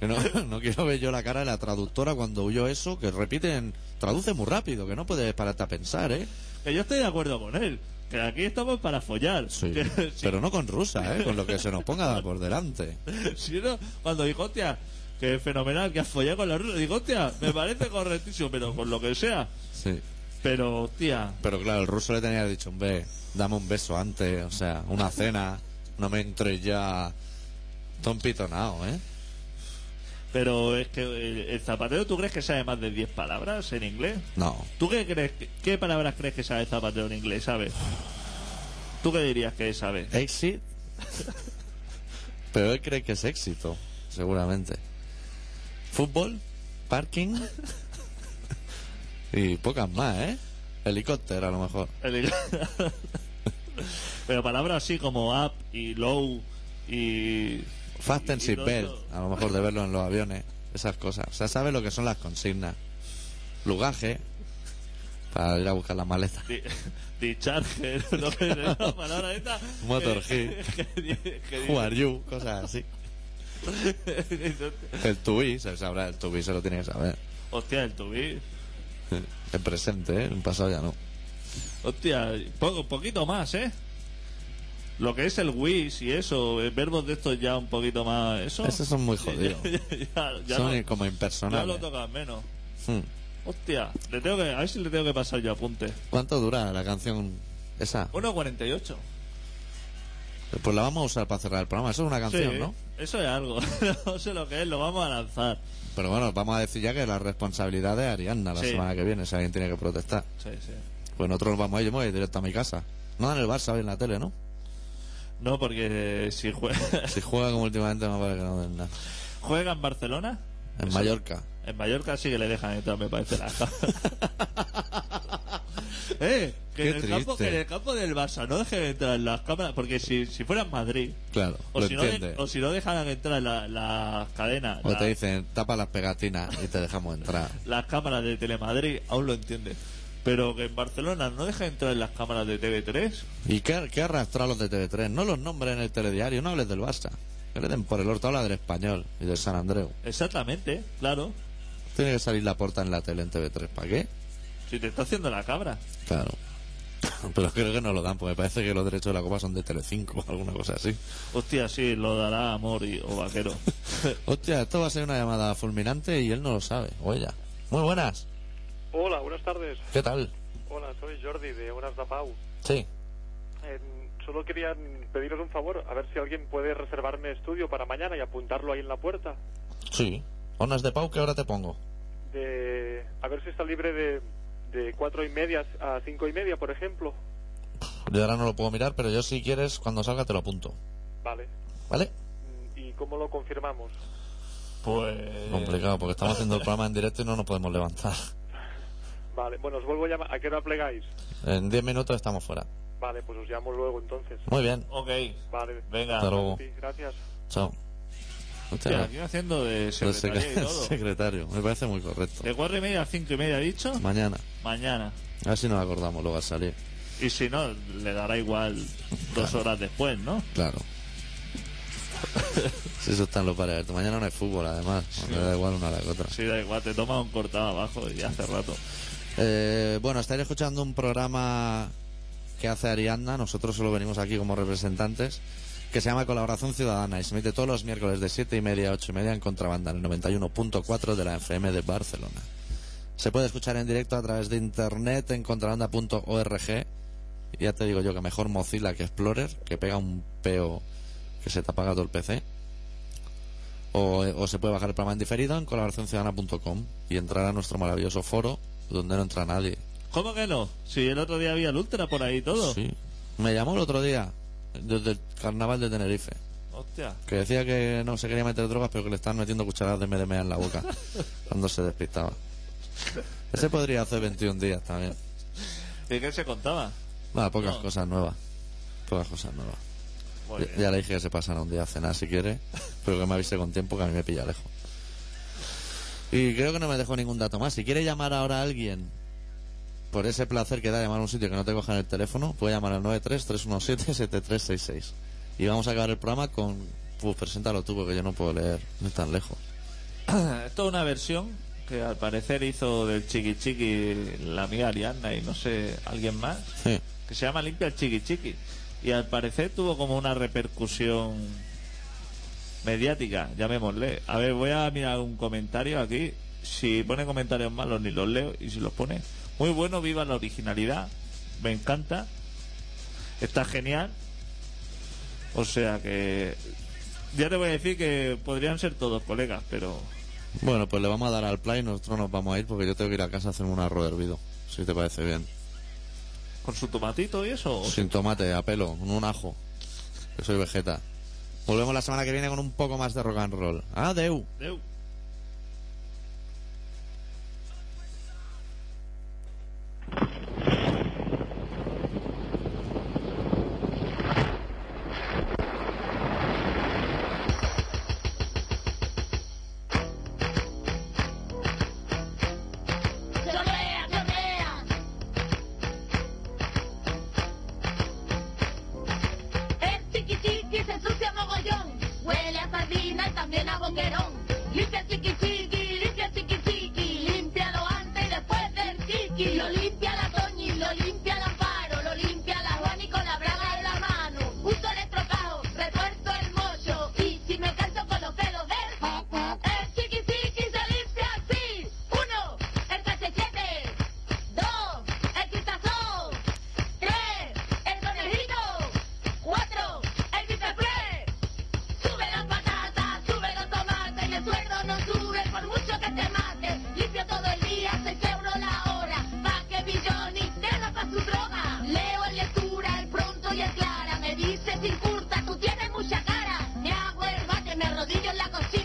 S1: Que Que no, <laughs> no quiero ver yo la cara de la traductora cuando huyó eso, que repiten, traduce muy rápido, que no puedes pararte a pensar, ¿eh?
S2: Que yo estoy de acuerdo con él. Que aquí estamos para follar.
S1: Sí.
S2: <laughs> Que-
S1: <laughs>
S2: si-
S1: Pero no con rusa, ¿eh? Con lo que se nos ponga por delante.
S2: si no, cuando digo, hostia, que fenomenal, que has follado con la rusa. Digo, hostia, me parece correctísimo, pero con lo que sea.
S1: Sí.
S2: Pero, hostia,
S1: Pero claro, el ruso le tenía dicho, hombre, dame un beso antes, o sea, una cena, no me entres ya ton pitonao, ¿eh?
S2: pero es que el, el zapatero, ¿tú crees que sabe más de 10 palabras en inglés?
S1: No,
S2: ¿Tú qué crees? que- ¿Qué palabras crees que sabe zapatero en inglés? ¿Sabes? ¿Tú qué dirías que sabe?
S1: exit. Pero él cree que es éxito, seguramente. Fútbol, parking y pocas más, ¿eh? Helicóptero a lo mejor.
S2: El- <laughs> Pero palabras así como up y low y.
S1: Fast and Ah.
S2: y- y
S1: seatbelt,
S2: todo eso.
S1: a lo mejor de verlo en los aviones, esas cosas. O sea, sabe lo que son las consignas. Lugaje, para ir a buscar la maleta.
S2: Di- Discharge, <laughs> no
S1: <laughs>
S2: sé, es la palabra esta.
S1: Motor
S2: que- <laughs> que di- que di-
S1: Who are you? Cosas así. El to be, se sabrá, el to be se lo tiene que saber.
S2: Hostia, el tubí.
S1: En presente, ¿eh? En pasado ya no.
S2: Hostia, poco, poquito más, ¿eh? Lo que es el wish y eso, eh, verbos de estos ya un poquito más. Eso.
S1: Esos
S2: <laughs>
S1: son muy jodidos.
S2: ya, ya
S1: Son
S2: no-
S1: como
S2: ya lo
S1: impersonales.
S2: tocas menos.
S1: Hmm.
S2: Hostia, le tengo que, a ver si le tengo que pasar yo apunte.
S1: ¿Cuánto dura la canción esa?
S2: 1.48.
S1: Pues la vamos a usar para cerrar el programa. Eso es una canción,
S2: Sí,
S1: ¿no?
S2: Eso es algo. <laughs> no sé lo que es, lo vamos a lanzar.
S1: Pero bueno, vamos a decir ya que la responsabilidad es Arianna la
S2: Sí.
S1: semana que viene, si alguien tiene que protestar.
S2: Sí, sí.
S1: Pues nosotros vamos a ir, yo me voy directo a mi casa. No en el Barça hoy en la
S2: <laughs>
S1: tele, ¿no?
S2: No, porque eh, si juega,
S1: Si juega como últimamente, me parece que no den nada.
S2: <laughs> juega en Barcelona,
S1: En Mallorca.
S2: en Mallorca sí que le dejan entrar, me parece la <laughs> Eh, que
S1: Qué
S2: en, el campo,
S1: triste.
S2: que en el campo del Barça no dejen entrar las cámaras, porque si, si fuera en Madrid,
S1: Claro,
S2: o,
S1: lo
S2: si no, de-
S1: entiende.
S2: o si no dejaran entrar la- las cadenas,
S1: O
S2: la-
S1: te dicen, tapa las pegatinas y te dejamos
S2: <laughs>
S1: entrar.
S2: las cámaras de Telemadrid, aún lo entiende. Pero que en Barcelona no dejen entrar las cámaras de TV3,
S1: ¿Y qué, qué arrastrar los de TV3? No los nombres en el telediario, no hables del Barça. Que le den por el orto, habla del español y del San Andreu.
S2: exactamente, claro.
S1: Tiene que salir la puerta en la tele en TV3. ¿Para qué?
S2: Si te está haciendo la cabra.
S1: Claro. <laughs> Pero creo que no lo dan, porque me parece que los derechos de la Copa son de Telecinco o alguna cosa
S2: <laughs>
S1: así.
S2: Hostia, sí, lo dará amor y, o vaquero.
S1: <laughs> Hostia, esto va a ser una llamada fulminante y él no lo sabe, o ella. Muy buenas,
S10: Hola, buenas tardes.
S1: ¿qué tal?
S10: Hola, soy Jordi de Horas de Pau.
S1: Sí.
S10: Em, solo quería mm, pediros un favor, a ver si alguien puede reservarme estudio para mañana y apuntarlo ahí en la puerta.
S1: Sí. Onas de Pau, que ahora te pongo.
S10: De, a ver si está libre de, de cuatro y media a cinco y media, por ejemplo.
S1: Yo ahora no lo puedo mirar, pero yo si quieres, cuando salga te lo apunto.
S10: Vale.
S1: ¿Vale?
S10: Mm, ¿Y cómo lo confirmamos?
S2: Pues.
S1: Complicado, porque estamos haciendo el programa en directo y no nos podemos levantar. <laughs>
S10: Vale, bueno, os vuelvo a llamar. ¿A qué hora plegáis?
S1: En 10 minutos estamos fuera.
S10: Vale, pues os llamo luego entonces.
S1: Muy bien,
S2: Ok,
S10: Vale.
S2: venga.
S1: Hasta luego.
S10: Sí, gracias.
S1: chao.
S2: Hostia, aquí haciendo de
S1: Pues <laughs>
S2: secretaria y
S1: secre-
S2: todo.
S1: secretario, me parece muy correcto.
S2: De cuatro y media a cinco y media, dicho,
S1: Mañana,
S2: mañana.
S1: a ver si nos acordamos luego al salir.
S2: Y si no, le dará igual dos horas después, ¿no?
S1: Claro. <laughs> Si eso está en los pares. Mañana no hay fútbol, además. Me da igual una a la que otra.
S2: Sí, da igual, te toma un cortado abajo y hace rato.
S1: Eh, bueno, estáis escuchando un programa que hace Ariadna, nosotros solo venimos aquí como representantes, que se llama Colaboración Ciudadana y se emite todos los miércoles de 7 y media a 8 y media en contrabanda, en el 91.4 de la FM de Barcelona. Se puede escuchar en directo a través de internet en contrabanda.org. Y Ya te digo yo que mejor Mozilla que Explorer, que pega un peo que se te apaga todo el PC. O, o se puede bajar el programa en diferido en colaboracionciudadana.com y entrar a nuestro maravilloso foro donde no entra nadie.
S2: ¿Cómo que no? Si el otro día había el Ultra por ahí y todo.
S1: Sí. Me llamó el otro día, desde el carnaval de Tenerife,
S2: Hostia.
S1: que decía que no se quería meter drogas, pero que le estaban metiendo cucharadas de MDMA en la boca cuando se despistaba. Ese podría hacer 21 días también.
S2: ¿De qué se contaba?
S1: Nada, pocas
S2: No.
S1: cosas nuevas. Pocas cosas nuevas.
S2: Muy
S1: Ya,
S2: bien.
S1: ya le dije que se pasara un día a cenar si quiere, pero que me avise con tiempo que a mí me pilla lejos. Y creo que no me dejó ningún dato más. Si quiere llamar ahora a alguien por ese placer que da llamar a un sitio que no te cojan el teléfono, puede llamar al 93317-7366. Y vamos a acabar el programa con... Pues preséntalo tú porque yo no puedo leer, no es tan lejos.
S2: Esto es una versión que al parecer hizo del Chiqui Chiqui la amiga Ariadna y no sé, alguien más,
S1: Sí.
S2: que se llama Limpia el Chiqui Chiqui. Y al parecer tuvo como una repercusión mediática, llamémosle. A ver, voy a mirar un comentario aquí. Si pone comentarios malos ni los leo y si los pone, muy bueno, viva la originalidad, me encanta, está genial. O sea que ya te voy a decir que podrían ser todos colegas, pero
S1: Bueno, pues le vamos a dar al play y nosotros nos vamos a ir porque yo tengo que ir a casa a hacerme un arroz hervido, si te parece bien.
S2: con su tomatito y eso. o
S1: Sin tomate, a pelo, con un ajo. Que soy vegeta. Volvemos la semana que viene con un poco más de rock and roll. Adeu.
S2: Deu.
S4: Chorrea, chorrea. El chiquichiqui se ensucia mogollón. Huele a sardina y también a boquerón. Limpia el chiquichiqui, limpia el chiquichiqui. Límpialo antes y después del chiqui. Lo limpia la Toñi, lo limpia la Amparo, lo limpia la Juan y con la braga en la mano. Uso electrocajo, retuerzo el mocho. Y si me canso con los pelos del... El chiquichiqui se limpia así. Uno, el cachechete. Dos, el quitazón. Tres, el conejito. Cuatro, el biceflé. Sube la patata, sube los tomates. El sueldo no sube por mucho que te mates. Limpio todo el día, seis euros la hora. Pa' que Billoni te da pa' su droga. Leo en lectura, el pronto y el clara. Me dice sin curta, tú tienes mucha cara. Me hago el mate, me arrodillo en la cocina.